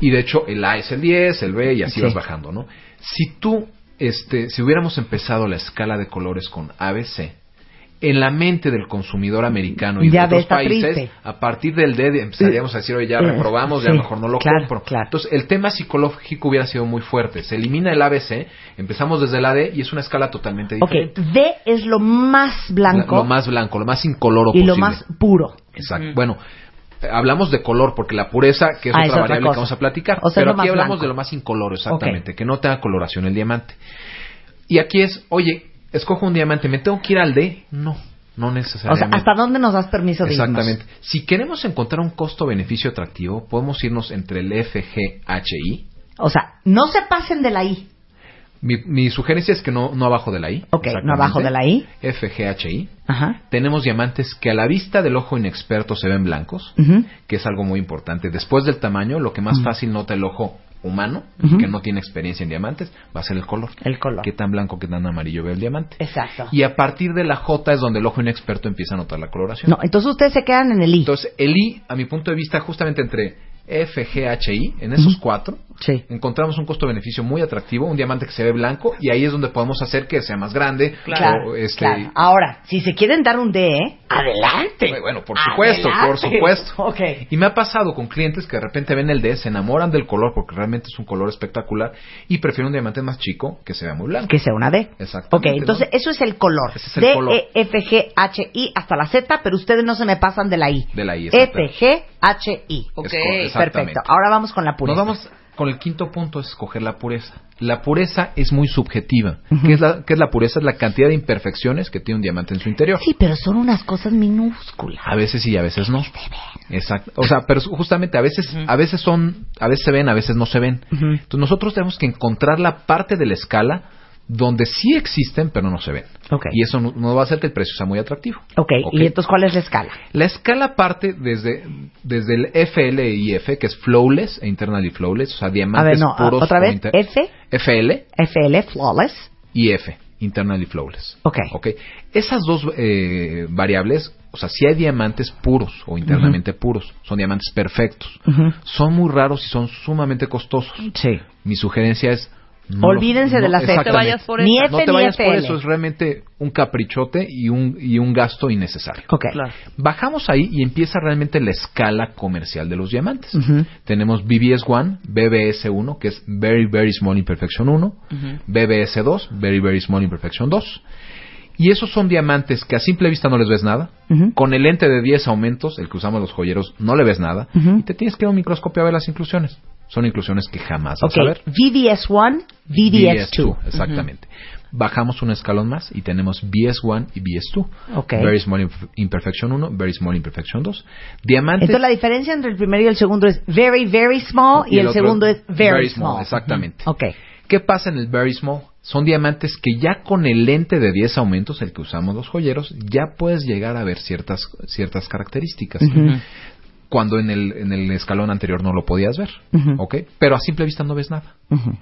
S6: Y de hecho el A es el 10, el B y
S1: Sí.
S6: así vas bajando, ¿no? Si tú este si hubiéramos empezado la escala de colores con ABC, en la mente del consumidor americano y
S1: Ya
S6: de
S1: ve,
S6: otros
S1: está
S6: países,
S1: triste.
S6: a partir del D empezaríamos a decir, oye, ya
S1: Eh,
S6: reprobamos, ya
S1: sí,
S6: mejor no lo
S1: claro,
S6: compro.
S1: claro.
S6: Entonces, el tema psicológico hubiera sido muy fuerte. Se elimina el ABC, empezamos desde el AD y es una escala totalmente
S1: Ok,
S6: diferente.
S1: D es lo más blanco
S6: Lo más blanco, lo más incoloro
S1: y
S6: posible.
S1: lo más puro.
S6: Exacto. Bueno, eh, hablamos de color porque la pureza, que es
S1: Ah,
S6: otra
S1: es otra
S6: variable
S1: cosa.
S6: que vamos a platicar,
S1: O sea,
S6: pero
S1: es lo
S6: aquí
S1: más
S6: hablamos
S1: blanco.
S6: de lo más incoloro, exactamente, que no tenga coloración el diamante. Y aquí es, oye, escojo un diamante, ¿me tengo que ir al D? No, no
S1: O sea,
S6: necesariamente.
S1: ¿hasta dónde nos das permiso de irnos?
S6: Exactamente. Si queremos encontrar un costo-beneficio atractivo, podemos irnos entre el F, G, H, I.
S1: O sea, no se pasen de la I.
S6: Mi, mi sugerencia es que no, no abajo de la I.
S1: Ok,
S6: Exactamente.
S1: no abajo de la I.
S6: F, G, H, I.
S1: Ajá.
S6: Tenemos diamantes que a la vista del ojo inexperto se ven blancos,
S1: Ujú.
S6: que es algo muy importante. Después del tamaño, lo que más fácil nota el ojo humano,
S1: Ujú.
S6: que no tiene experiencia en diamantes, va a ser el color.
S1: El color.
S6: Qué tan blanco, qué tan amarillo ve el diamante.
S1: Exacto.
S6: Y a partir de la J es donde el ojo inexperto empieza a notar la coloración.
S1: No, entonces ustedes se quedan en el I.
S6: Entonces, el I, a mi punto de vista, justamente entre F, G, H, I, en esos
S1: Ujú.
S6: cuatro,
S1: Sí.
S6: encontramos un costo-beneficio muy atractivo, un diamante que se ve blanco, y ahí es donde podemos hacer que sea más grande.
S1: Claro,
S6: o, este,
S1: claro. Ahora, si se quieren dar un D, ¿eh? adelante.
S6: Bueno, por supuesto, por
S1: Adelante.
S6: supuesto.
S1: Ok.
S6: Y me ha pasado con clientes que de repente ven el D, se enamoran del color porque realmente es un color espectacular y prefieren un diamante más chico que se vea muy blanco.
S1: Que sea una D. Ok,
S6: Exactamente, ¿no?
S1: entonces eso es el color.
S6: Ese es el
S1: D,
S6: color.
S1: E, F, G, H, I hasta la Z, pero ustedes no se me pasan de la I.
S6: De la I, exacto.
S1: F, G, H, I.
S6: Es
S4: Ok,
S6: cor- exactamente.
S1: Perfecto. Ahora vamos con la pureza.
S6: Nos vamos con el quinto punto, es escoger la pureza. La pureza es muy subjetiva. ¿Qué, es la, qué es la pureza? Es la cantidad de imperfecciones que tiene un diamante en su interior.
S1: Sí, pero son unas cosas minúsculas.
S6: A veces sí, a veces no. Exacto. O sea, pero justamente a veces, a veces son, a veces se ven, a veces no se ven.
S1: Ujú.
S6: Entonces nosotros tenemos que encontrar la parte de la escala donde sí existen, pero no se ven.
S1: Ok.
S6: Y eso no, no va a hacer que el precio sea muy atractivo.
S1: Ok,
S6: Ok.
S1: ¿y entonces cuál es la escala?
S6: La escala parte desde, desde el FLIF, que es flawless e internal y flawless, o sea,
S1: A ver,
S6: diamantes
S1: no,
S6: puros.
S1: otra
S6: o
S1: vez.
S6: inter-
S1: F,
S6: FL
S1: FL, flawless.
S6: y F, internal y flawless.
S1: Ok.
S6: Ok. Esas dos eh, variables, o sea, si hay diamantes puros o internamente puros, son diamantes perfectos.
S1: Ujú.
S6: Son muy raros y son sumamente costosos.
S1: Sí.
S6: Mi sugerencia es... no
S1: Olvídense
S6: los-
S1: de
S6: no-
S1: la Z.
S6: exactamente.
S4: vayas por eso.
S1: Ni F
S6: no te
S1: ni
S6: vayas por
S1: FL.
S6: eso, es realmente un caprichote y un, y un gasto innecesario.
S1: Ok.
S6: Bajamos ahí y empieza realmente la escala comercial de los diamantes.
S1: Ujú.
S6: Tenemos BBS1, BBS1, que es Very Very Small Imperfection 1, BBS2, Very Very Small Imperfection 2. Y esos son diamantes que a simple vista no les ves nada.
S1: Ujú.
S6: Con el lente de 10 aumentos, el que usamos los joyeros, no le ves nada.
S1: Ujú.
S6: Y te tienes que ir a un microscopio a ver las inclusiones. Son inclusiones que jamás vas
S1: Ok,
S6: a ver.
S1: VDS1, VDS2.
S6: Exactamente. Bajamos un escalón más y tenemos BS1 y BS2.
S1: Ok.
S6: Very Small Imp- Imperfection 1, Very Small Imperfection 2. Diamantes.
S1: Entonces la diferencia entre el primero y el segundo es very, very small y, el,
S6: otro
S1: segundo es very, small.
S6: Exactamente.
S1: Ok.
S6: ¿Qué pasa en el Very Small? Son diamantes que ya con el lente de 10 aumentos, el que usamos los joyeros, ya puedes llegar a ver ciertas, ciertas características. Cuando en el, en el escalón anterior no lo podías ver.
S1: Ujú.
S6: ¿ok? Pero a simple vista no ves nada.
S1: Ujú.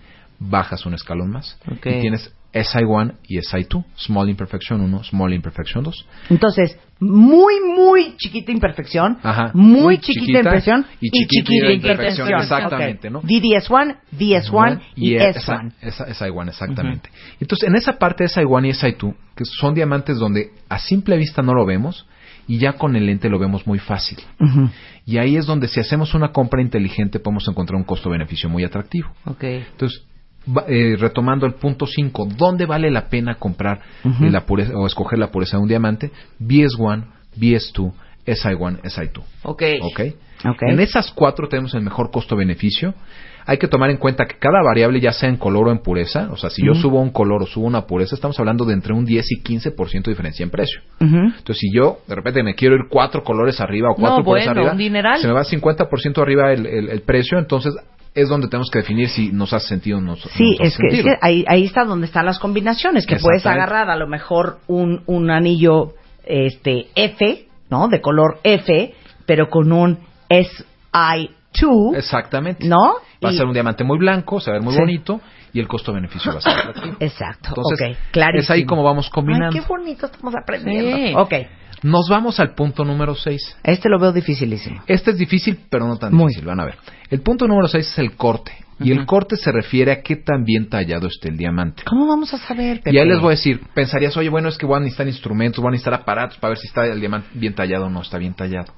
S6: Bajas un escalón más
S4: Ok.
S6: y tienes SI1 y SI2. Small imperfection 1, small imperfection 2.
S1: Entonces, muy, muy chiquita imperfección,
S6: Ajá.
S1: muy, chiquita, imperfección
S6: y
S1: y
S6: chiquita
S1: chiquita
S6: imperfección,
S1: imperfección.
S6: exactamente,
S1: Ok.
S6: ¿no?
S1: DDS1, DS1 y E,
S6: esa-
S1: S1.
S6: esa- esa iguana, exactamente. Entonces, en esa parte de esa iguana y esa tú, que son diamantes donde a simple vista no lo vemos y ya con el lente lo vemos muy fácil.
S1: Ujú.
S6: Y ahí es donde si hacemos una compra inteligente podemos encontrar un costo-beneficio muy atractivo.
S4: Ok.
S6: Entonces, va- eh, retomando el punto 5, ¿dónde vale la pena comprar eh, la pureza, o escoger la pureza de un diamante? BS1, BS2, SI1, SI2.
S4: Ok.
S6: ¿Ok?
S1: Ok.
S6: En esas cuatro tenemos el mejor costo-beneficio. Hay que tomar en cuenta que cada variable, ya sea en color o en pureza, o sea, si yo subo un color o subo una pureza, estamos hablando de entre un 10 y 15% de diferencia en precio.
S1: Ujú.
S6: Entonces, si yo de repente me quiero ir cuatro colores arriba o cuatro
S4: No,
S6: colores
S4: bueno,
S6: arriba,
S4: un dineral.
S6: se me va 50% arriba el, el- el precio, entonces es donde tenemos que definir si nos hace sentido o no. nos
S1: Sí,
S6: hace
S1: es que, es
S6: sentido.
S1: que ahí, ahí está donde están las combinaciones, que puedes
S6: Exactamente.
S1: agarrar a lo mejor un, un anillo este F, ¿no? De color F, pero con un SI2,
S6: Exactamente.
S1: ¿no?
S6: Va a
S1: Y-
S6: ser un diamante muy blanco, se va a ver muy
S1: Sí.
S6: bonito y el costo-beneficio va a ser atractivo.
S1: Exacto,
S6: Entonces,
S1: ok, clarísimo.
S6: es ahí como vamos combinando.
S1: Ay, qué bonito estamos aprendiendo.
S4: Sí.
S1: Ok,
S6: Nos vamos al punto número 6.
S1: este lo veo dificilísimo.
S6: Este es difícil, pero no tan
S1: Muy.
S6: difícil. Van a ver. El punto número 6 es el corte. Y el corte se refiere a qué tan bien tallado esté el diamante.
S1: ¿Cómo vamos a saber, Pepe?
S6: Y ahí les voy a decir, pensarías, oye, bueno, es que voy a necesitar instrumentos, voy a necesitar aparatos para ver si está el diamante bien tallado o no está bien tallado.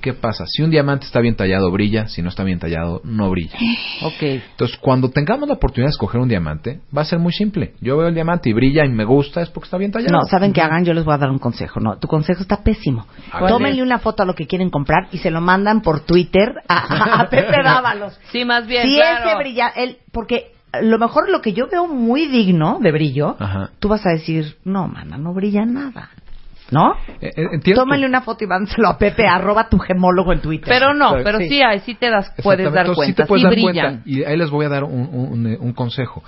S6: ¿Qué pasa? Si un diamante está bien tallado, brilla. Si no está bien tallado, no brilla.
S1: Eh.
S4: Ok.
S6: Entonces, cuando tengamos la oportunidad de escoger un diamante, va a ser muy simple. Yo veo el diamante y brilla y me gusta, es porque está bien tallado.
S1: No, ¿saben qué hagan? Yo les voy a dar un consejo. No, tu consejo está pésimo.
S6: ¿Cuál
S1: Tómenle una foto a lo que quieren comprar y se lo mandan por Twitter a, a- a Pepe Dávalos.
S4: Sí, más bien.
S1: si
S4: claro.
S1: ese brilla, él, porque a lo mejor lo que yo veo muy digno de brillo,
S6: Ajá.
S1: tú vas a decir, no, mana, no brilla nada. ¿No?
S6: Eh, eh, ¿entiendes?
S1: Tómale una foto y mándaselo a Pepe, arroba tu gemólogo en Twitter.
S4: Pero no, pero
S1: Sí.
S4: sí, ahí sí te das, puedes
S6: Exactamente.
S4: dar
S6: Entonces, sí
S4: cuenta,
S6: te puedes
S4: sí,
S6: dar
S4: brillan.
S6: cuenta. Y ahí les voy a dar un, un- un- un consejo.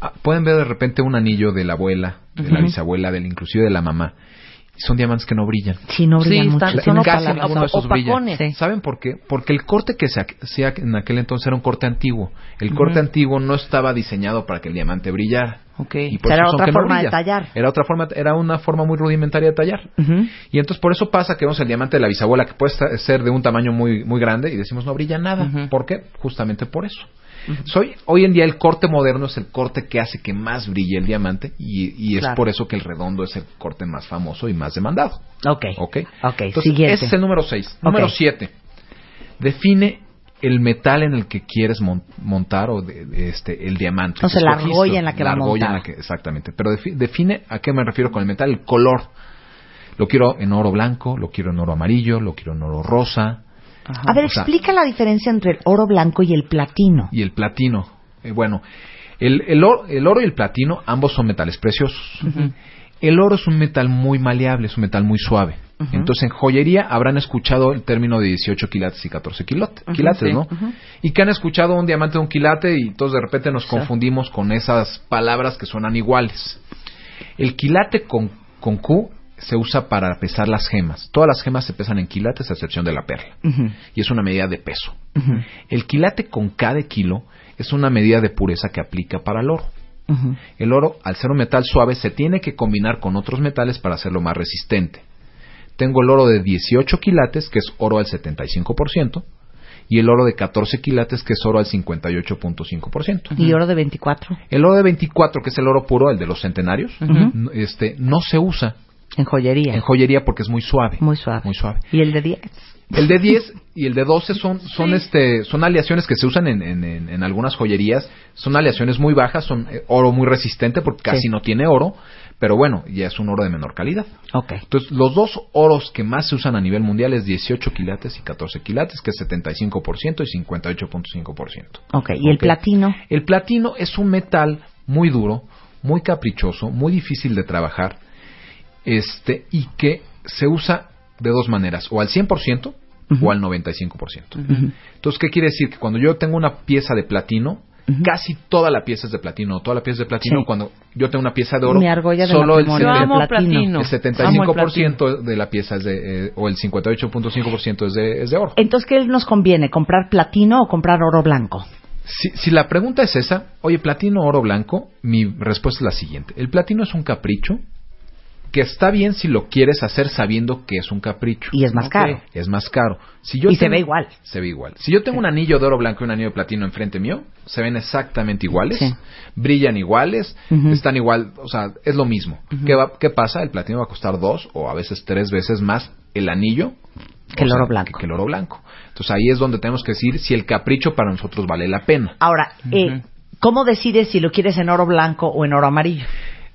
S6: Ah, Pueden ver de repente un anillo de la abuela, de la bisabuela, del inclusive de la mamá. Son diamantes que no brillan.
S1: Sí, no brillan
S4: Sí,
S1: mucho.
S4: están-
S1: sí,
S4: son
S1: no
S6: Casi
S1: pasa
S4: opalas.
S6: ninguno de esos brilla.
S4: Opacones. Sí.
S6: ¿Saben por qué? Porque el corte que se hacía en aquel entonces era un corte antiguo. El corte antiguo no estaba diseñado para que el diamante brillara.
S4: Ok.
S6: Y
S1: O sea, era
S6: son
S1: otra
S6: que no
S1: forma de
S6: brillan.
S1: tallar.
S6: Era otra forma, era una forma muy rudimentaria de tallar.
S1: Ujú.
S6: Y entonces por eso pasa que vemos el diamante de la bisabuela que puede esta- ser de un tamaño muy muy grande y decimos no brilla nada.
S4: Ujú.
S6: ¿Por qué? Justamente por eso. Soy, hoy en día el corte moderno es el corte que hace que más brille el diamante y, y es
S1: Claro.
S6: por eso que el redondo es el corte más famoso y más demandado.
S1: Ok.
S6: ¿Ok?
S1: Ok,
S6: Entonces,
S1: siguiente.
S6: Ese es el número 6. Número
S1: Ok.
S6: 7. Define el metal en el que quieres mon- montar o de- de este el diamante.
S1: O
S6: que
S1: sea, la
S6: escogiste,
S1: argolla en la que va a
S6: argolla
S1: montar.
S6: en la que- exactamente. Pero defi- define a qué me refiero con el metal, el color. Lo quiero en oro blanco, lo quiero en oro amarillo, lo quiero en oro rosa
S1: A ver,
S6: O sea-
S1: explica la diferencia entre el oro blanco y el platino.
S6: y el platino. Eh, bueno, el, el oro, el oro y el platino ambos son metales preciosos. El oro es un metal muy maleable, es un metal muy suave. Entonces, en joyería habrán escuchado el término de 18 quilates y 14 quilot- quilates, ¿no? Y que han escuchado un diamante de un quilate y todos de repente nos confundimos con esas palabras que suenan iguales. El quilate con, con Q se usa para pesar las gemas. Todas las gemas se pesan en quilates a excepción de la perla. Y es una medida de peso. El quilate con K de kilo es una medida de pureza que aplica para el oro. El oro, al ser un metal suave, se tiene que combinar con otros metales para hacerlo más resistente. Tengo el oro de 18 quilates, que es oro al 75%, y el oro de 14 quilates, que es oro al 58.5%.
S1: Y oro de 24
S6: El oro de 24, que es el oro puro, el de los centenarios, n- este, no se usa
S1: en joyería.
S6: en joyería porque es muy suave.
S1: Muy suave.
S6: Muy suave.
S1: Y el de 10.
S6: El de 10 y el de 12 son, son, este, son aleaciones que se usan en, en- en- en algunas joyerías. Son aleaciones muy bajas, son eh, oro muy resistente porque casi
S1: Sí.
S6: no tiene oro, pero bueno, ya es un oro de menor calidad.
S1: Ok.
S6: Entonces, los dos oros que más se usan a nivel mundial es 18 quilates y 14 quilates, que es 75% y 58.5%.
S1: Ok, ¿y el
S6: Ok.
S1: platino?
S6: El platino es un metal muy duro, muy caprichoso, muy difícil de trabajar, este, y que se usa de dos maneras, o al 100% o al 95%. Entonces, ¿qué quiere decir? Que cuando yo tengo una pieza de platino, casi toda la pieza es de platino, toda la pieza es de platino,
S1: Sí.
S6: cuando yo tengo una pieza de oro,
S1: Mi argolla de
S6: solo el,
S1: matrimonio.
S4: Yo
S6: seten-
S4: amo
S1: de platino.
S4: platino.
S6: el
S4: Amo el platino.
S6: 75% de la pieza es de, eh, o el 58.5% es de, es de oro.
S1: Entonces, ¿qué nos conviene? ¿Comprar platino o comprar oro blanco?
S6: Si, si la pregunta es esa, oye, platino, oro, blanco, mi respuesta es la siguiente. El platino es un capricho que está bien si lo quieres hacer sabiendo que es un capricho.
S1: Y es más
S6: Ok,
S1: caro.
S6: Es más caro. Si yo
S1: Y se
S6: tengo-
S1: ve igual.
S6: Se ve igual. Si yo tengo un anillo de oro blanco y un anillo de platino enfrente mío, se ven exactamente iguales,
S4: Sí.
S6: brillan iguales,
S4: Ujú.
S6: están igual, o sea, es lo mismo. ¿Qué, va- ¿Qué pasa? El platino va a costar dos o a veces tres veces más el anillo
S1: Que el
S6: o sea,
S1: oro blanco.
S6: Que, que el oro blanco. Entonces ahí es donde tenemos que decir si el capricho para nosotros vale la pena.
S1: Ahora, eh, ¿cómo decides si lo quieres en oro blanco o en oro amarillo?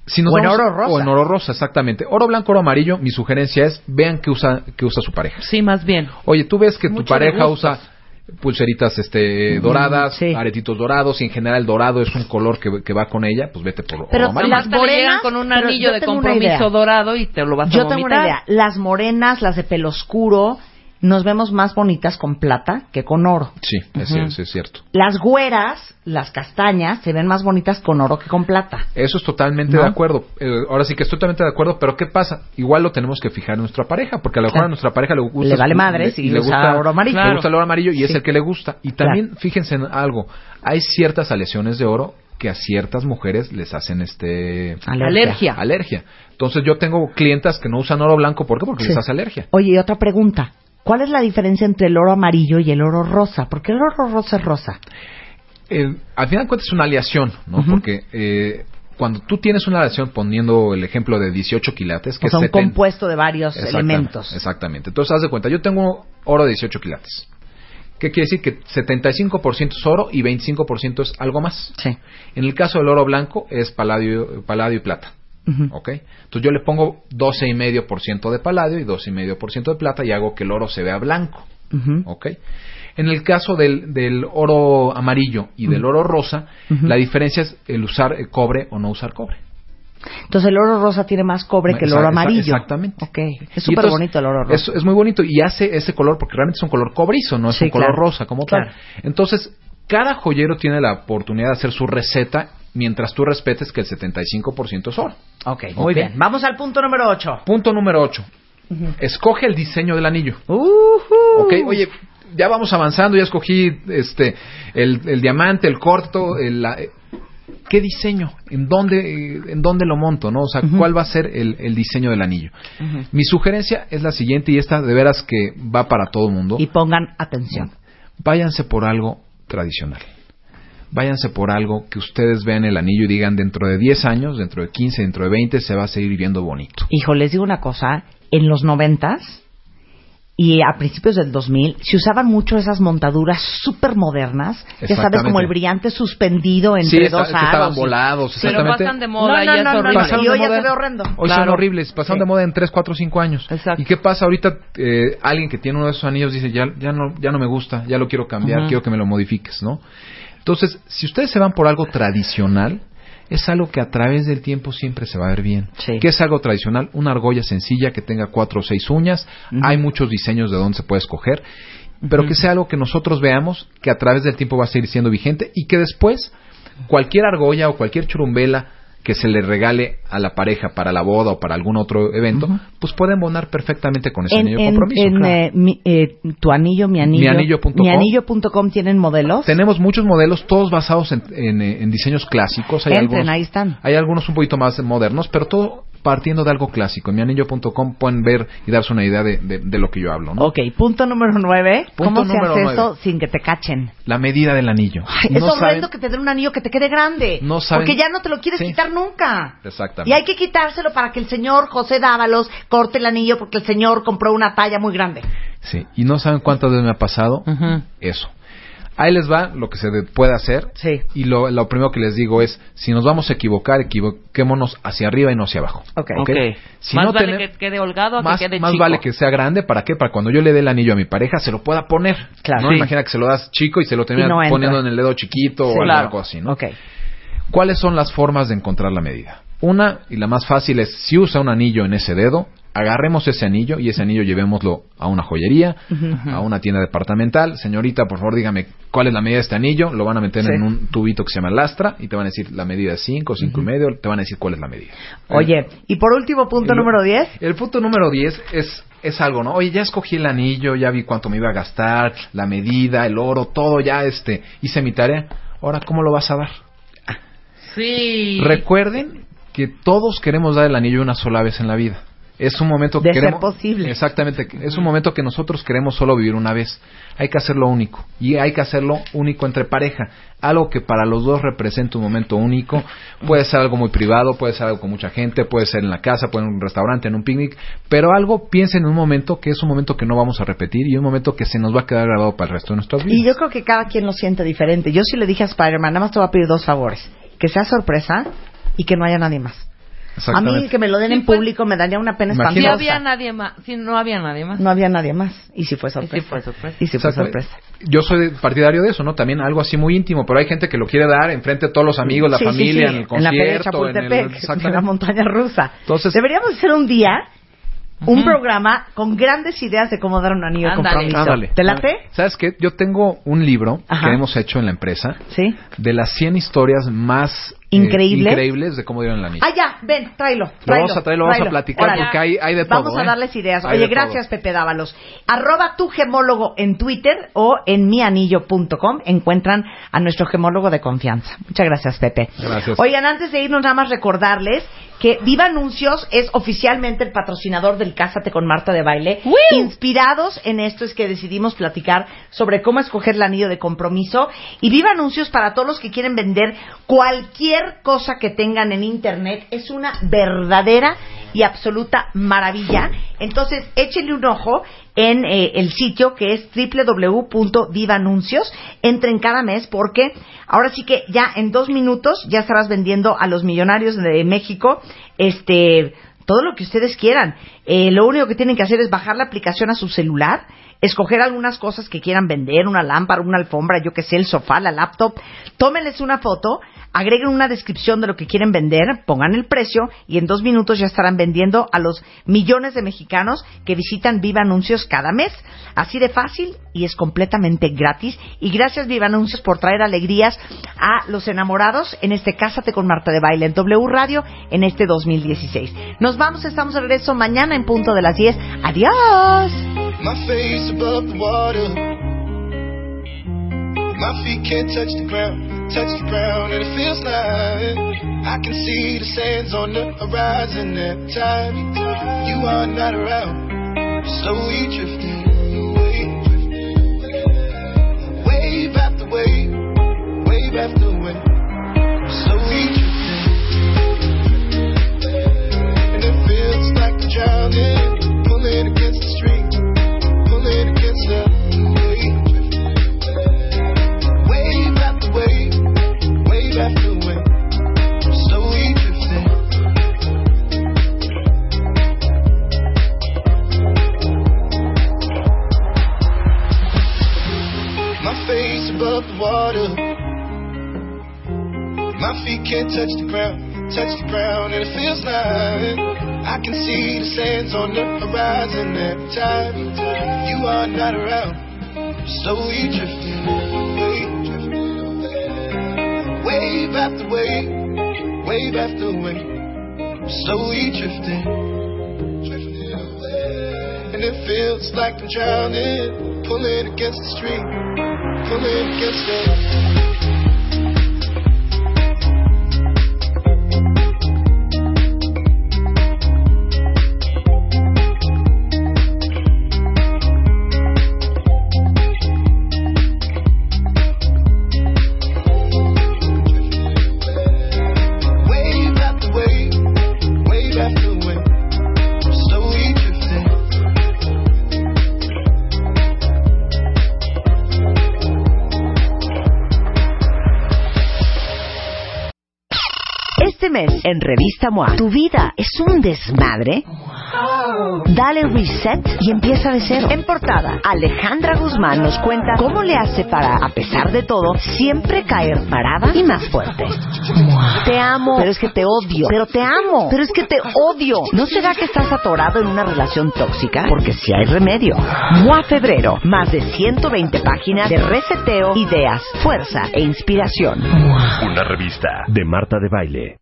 S6: Si nos
S1: O en
S6: vamos-
S1: oro rosa.
S6: O en oro rosa, exactamente. Oro blanco, oro amarillo, mi sugerencia es vean qué usa, qué usa su pareja.
S4: Sí, más bien.
S6: Oye, tú ves que tu
S4: Mucho de
S6: pareja
S4: gustos.
S6: usa pulseritas este doradas,
S1: sí.
S6: aretitos dorados y en general dorado es un color que, que va con ella, pues vete por oro
S1: Pero
S6: amarillo.
S1: las
S4: Las
S1: morenas-
S4: llegan con un
S1: pero
S4: anillo
S1: yo
S4: de
S1: tengo una idea.
S4: compromiso dorado y te lo vas a
S1: Yo tengo una
S4: vomitar.
S1: idea. Las morenas, las de pelo oscuro, nos vemos más bonitas con plata que con oro.
S6: Sí, es,
S4: Ujú.
S6: es- es cierto.
S1: Las güeras, las castañas, se ven más bonitas con oro que con plata.
S6: Eso es totalmente
S1: ¿No?
S6: de acuerdo. Eh, ahora sí que estoy totalmente de acuerdo, pero ¿qué pasa? Igual lo tenemos que fijar en nuestra pareja, porque a lo mejor
S1: Claro.
S6: a nuestra pareja le
S1: Le
S6: gusta.
S1: vale madres y usa oro amarillo.
S6: Le
S1: Claro.
S6: gusta el oro amarillo y es
S1: Sí.
S6: el que le gusta. Y también, fíjense en algo, hay ciertas aleaciones de oro que a ciertas mujeres les hacen este
S1: Alergia.
S6: alergia. Entonces yo tengo clientas que no usan oro blanco, ¿por qué? Porque les
S1: Sí.
S6: hace alergia.
S1: Oye, y otra pregunta. ¿Cuál es la diferencia entre el oro amarillo y el oro rosa? Porque el oro rosa es rosa.
S6: Eh, al final de cuentas es una aleación, ¿no?
S1: Ujú.
S6: Porque eh, cuando tú tienes una aleación, poniendo el ejemplo de 18 quilates, que
S1: O sea, un
S6: es 70
S1: compuesto de varios
S6: Exactamente,
S1: elementos.
S6: Exactamente. Entonces, haz de cuenta, yo tengo oro de 18 quilates. ¿Qué quiere decir? Que 75% es oro y 25% es algo más.
S1: Sí.
S6: En el caso del oro blanco es paladio, paladio y plata.
S1: Ujú.
S6: ¿Ok? Entonces yo le pongo 12,5% de paladio y 12,5% de plata y hago que el oro se vea blanco.
S1: Ujú.
S6: ¿Ok? En el caso del, del oro amarillo y del oro rosa,
S1: Ujú.
S6: la diferencia es el usar eh, cobre o no usar cobre.
S1: Entonces el oro rosa tiene más cobre que el
S6: Exa-
S1: oro
S6: exa-
S1: amarillo.
S6: Exactamente.
S1: Ok.
S6: Y
S1: Es súper
S6: entonces,
S1: bonito el oro rosa.
S6: Es, es muy bonito y hace ese color porque realmente es un color cobrizo, no es
S1: Sí,
S6: un color
S1: claro.
S6: rosa como
S1: Claro.
S6: tal. Entonces, cada joyero tiene la oportunidad de hacer su receta mientras tú respetes que el 75% es oro.
S1: Ok, muy
S6: Ok.
S1: bien. Vamos al punto número 8.
S6: Punto número 8. Escoge el diseño del anillo. Ok, oye, ya vamos avanzando, ya escogí este el, el diamante, el corto, el, la- eh, ¿qué diseño? ¿En dónde, eh, ¿En dónde lo monto? ¿no? O sea, ¿cuál va a ser el, el diseño del anillo? Mi sugerencia es la siguiente y esta de veras que va para todo el mundo.
S1: Y pongan atención.
S6: Váyanse por algo tradicional. Váyanse por algo que ustedes vean el anillo y digan dentro de 10 años, dentro de 15, dentro de 20 se va a seguir viendo bonito.
S1: Hijo, les digo una cosa. En los noventas y a principios del 2000 se usaban mucho esas montaduras súper modernas. Ya sabes,
S6: Exactamente.
S1: como el brillante suspendido entre
S6: sí,
S1: dos
S6: está- que
S1: aros.
S6: estaban
S1: y-
S6: volados,
S4: Pero
S6: exactamente.
S4: pasan de moda
S1: No, no,
S4: y
S1: no,
S4: es
S1: no,
S4: horrible.
S1: no.
S6: Pasaron
S1: Y hoy
S6: de
S1: ya
S6: moda.
S1: se ve horrendo.
S6: Hoy son
S1: Claro.
S6: horribles, pasaron
S1: Sí.
S6: de moda en 3, 4, 5 años.
S4: Exacto.
S6: ¿Y qué pasa ahorita? eh, alguien que tiene uno de esos anillos dice, ya, ya, no, ya no me gusta, ya lo quiero cambiar,
S4: Ujú.
S6: quiero que me lo modifiques, ¿no? Entonces, si ustedes se van por algo tradicional, es algo que a través del tiempo siempre se va a ver bien.
S1: Sí.
S6: ¿Qué es algo tradicional? Una argolla sencilla que tenga cuatro o seis uñas. Hay muchos diseños de donde se puede escoger. Pero que sea algo que nosotros veamos que a través del tiempo va a seguir siendo vigente y que después cualquier argolla o cualquier churumbela que se le regale a la pareja para la boda o para algún otro evento, pues puede embonar perfectamente con ese
S1: En,
S6: anillo de
S1: en-
S6: compromiso.
S1: en,
S6: Claro.
S1: eh, mi- eh, tu anillo, mi anillo.
S6: Mianillo.com.
S1: mianillo.com tienen modelos.
S6: Tenemos muchos modelos, todos basados en, en, eh, en diseños clásicos. Hay
S1: Entren,
S6: algunos,
S1: ahí están.
S6: Hay algunos un poquito más modernos, pero todo partiendo de algo clásico. En mianillo.com pueden ver y darse una idea de, de- de lo que yo hablo. ¿no?
S1: Ok, punto número 9.
S6: Punto
S1: ¿Cómo se
S6: número
S1: hace
S6: nueve.
S1: eso sin que te cachen?
S6: La medida del anillo.
S1: Ay, es
S6: No
S1: horrendo
S6: saben-
S1: que te den un anillo que te quede grande.
S6: No saben-
S1: Porque ya no te lo quieres
S6: Sí.
S1: quitar nunca.
S6: Exactamente.
S1: Y hay que quitárselo para que el señor José Dávalos corte el anillo porque el señor compró una talla muy grande.
S6: Sí, y no saben cuántas veces me ha pasado
S1: Mm.
S4: Ujú.
S6: eso. Ahí les va lo que se de- puede hacer.
S1: Sí.
S6: Y lo, lo primero que les digo es, si nos vamos a equivocar, equivoquémonos hacia arriba y no hacia abajo.
S1: Ok.
S6: ¿ok?
S4: Ok.
S6: Si
S4: más
S6: no
S4: vale
S6: tenem-
S4: que quede holgado a
S6: más,
S4: que quede
S6: más
S4: chico.
S6: vale que sea grande, ¿para qué? Para cuando yo le dé el anillo a mi pareja, se lo pueda poner.
S1: Claro.
S6: ¿no?
S1: Sí.
S6: Imagina que se lo das chico y se lo termina
S1: no entra.
S6: poniendo en el dedo chiquito
S1: Sí.
S6: o
S1: Claro.
S6: algo así, ¿no?
S1: Ok.
S6: ¿Cuáles son las formas de encontrar la medida? Una, y la más fácil, es si usa un anillo en ese dedo, agarremos ese anillo y ese anillo llevémoslo a una joyería, a una tienda departamental. Señorita, por favor, dígame cuál es la medida de este anillo. Lo van a meter en un tubito que se llama lastra y te van a decir la medida es 5, 5 y medio. Te van a decir cuál es la medida.
S1: Oye, y por último, punto
S6: El-
S1: número 10.
S6: El punto número 10 es, es algo, ¿no? Oye, ya escogí el anillo, ya vi cuánto me iba a gastar, la medida, el oro, todo, ya este, hice mi tarea. Ahora, ¿cómo lo vas a dar?
S4: Sí.
S6: Recuerden que todos queremos dar el anillo una sola vez en la vida. Es un momento que
S1: De ser
S6: queremos-
S1: posible.
S6: Exactamente, que- es un momento que nosotros queremos solo vivir una vez. Hay que hacerlo único y hay que hacerlo único entre pareja, algo que para los dos represente un momento único. Puede ser algo muy privado, puede ser algo con mucha gente, puede ser en la casa, puede ser en un restaurante, en un picnic, pero algo piensen en un momento que es un momento que no vamos a repetir y un momento que se nos va a quedar grabado para el resto de nuestras vidas.
S1: Y yo creo que cada quien lo siente diferente. Yo sí le dije a Spider-Man, nada más te voy a pedir dos favores. Que sea sorpresa y que no haya nadie más. A mí que me lo den
S4: Sí,
S1: en
S4: pues.
S1: público me daría una pena
S6: Imagínate.
S4: Si
S1: espantosa.
S4: había nadie más. Si no había nadie más.
S1: No había nadie más. Y si fue sorpresa.
S4: Y sí fue sorpresa.
S1: Y sí fue
S6: Exacto.
S1: sorpresa.
S6: Yo soy partidario de eso, ¿no? También algo así muy íntimo, pero hay gente que lo quiere dar enfrente de todos los amigos, la
S1: Sí, sí,
S6: familia,
S1: sí,
S6: en el
S1: la feria de
S6: concierto, en, el...
S1: Chapultepec,
S6: exactamente.
S1: en la montaña rusa.
S6: Entonces-
S1: Deberíamos hacer un día un
S4: Ujú.
S1: programa con grandes ideas de cómo dar un anillo de
S4: Ándale.
S1: compromiso.
S6: Ándale.
S1: ¿Te late?
S6: ¿Sabes qué? Yo tengo un libro
S1: Ajá.
S6: que hemos hecho en la empresa
S1: Sí.
S6: de las 100 historias más eh,
S1: Increíbles.
S6: increíbles de cómo dieron el anillo.
S1: Ah, ya, ven, tráelo. tráelo
S6: Lo vamos a traer, lo vamos a platicar
S1: Órale.
S6: porque hay, hay de todo.
S1: Vamos a
S6: ¿eh?
S1: darles ideas.
S6: Hay
S1: Oye,
S6: de todo.
S1: gracias Pepe Dávalos. Arroba tu gemólogo en Twitter o en mianillo.com encuentran a nuestro gemólogo de confianza. Muchas gracias Pepe.
S6: Gracias.
S1: Oigan, antes de irnos nada más recordarles que Viva Anuncios es oficialmente el patrocinador del Cásate con Marta de Baile. Inspirados en esto es que decidimos platicar sobre cómo escoger el anillo de compromiso. Y Viva Anuncios para todos los que quieren vender cualquier cosa que tengan en Internet. Es una verdadera y absoluta maravilla. Entonces, échenle un ojo en eh, el sitio que es www.vivanuncios. Entren cada mes porque ahora sí que ya en dos minutos ya estarás vendiendo a los millonarios de México este todo lo que ustedes quieran. Eh, lo único que tienen que hacer es bajar la aplicación a su celular, escoger algunas cosas que quieran vender, una lámpara, una alfombra, yo que sé, el sofá, la laptop. Tómenles una foto, agreguen una descripción de lo que quieren vender, pongan el precio y en dos minutos ya estarán vendiendo a los millones de mexicanos que visitan Viva Anuncios cada mes. Así de fácil y es completamente gratis. Y gracias Viva Anuncios por traer alegrías a los enamorados en este Cásate con Marta de Baile en W Radio en este 2016. Nos vamos, estamos de regreso mañana en punto de las 10. Adiós.
S9: My face above the water. My feet can't touch the ground, touch the ground, and it feels like I can see the sands on the horizon at time. You are not around, slowly drifting away. Wave after wave, wave after wave, slowly drifting. And it feels like I'm drowning, pulling against the street. Pulling against the wave, wave after wave, wave after wave, slowly drifting. My face above the water, my feet can't touch the ground, touch the ground, and it feels like I can see the sands on the horizon at time. You are not around, slowly drifting away. Wave after wave, wave after wave, slowly drifting. And it feels like I'm drowning, pulling against the stream, pulling against the. Wave after wave, wave after wave, slowly drifting.
S1: Este mes en Revista MOA, tu vida es un desmadre. Dale reset y empieza de cero. En portada, Alejandra Guzmán nos cuenta cómo le hace para, a pesar de todo, siempre caer parada y más fuerte. Te amo. Pero es que te odio. Pero te amo. Pero es que te odio. ¿No será que estás atorado en una relación tóxica? Porque si hay remedio. Mua Febrero. Más de 120 páginas de reseteo, ideas, fuerza e inspiración.
S2: Una revista de Marta de Baile.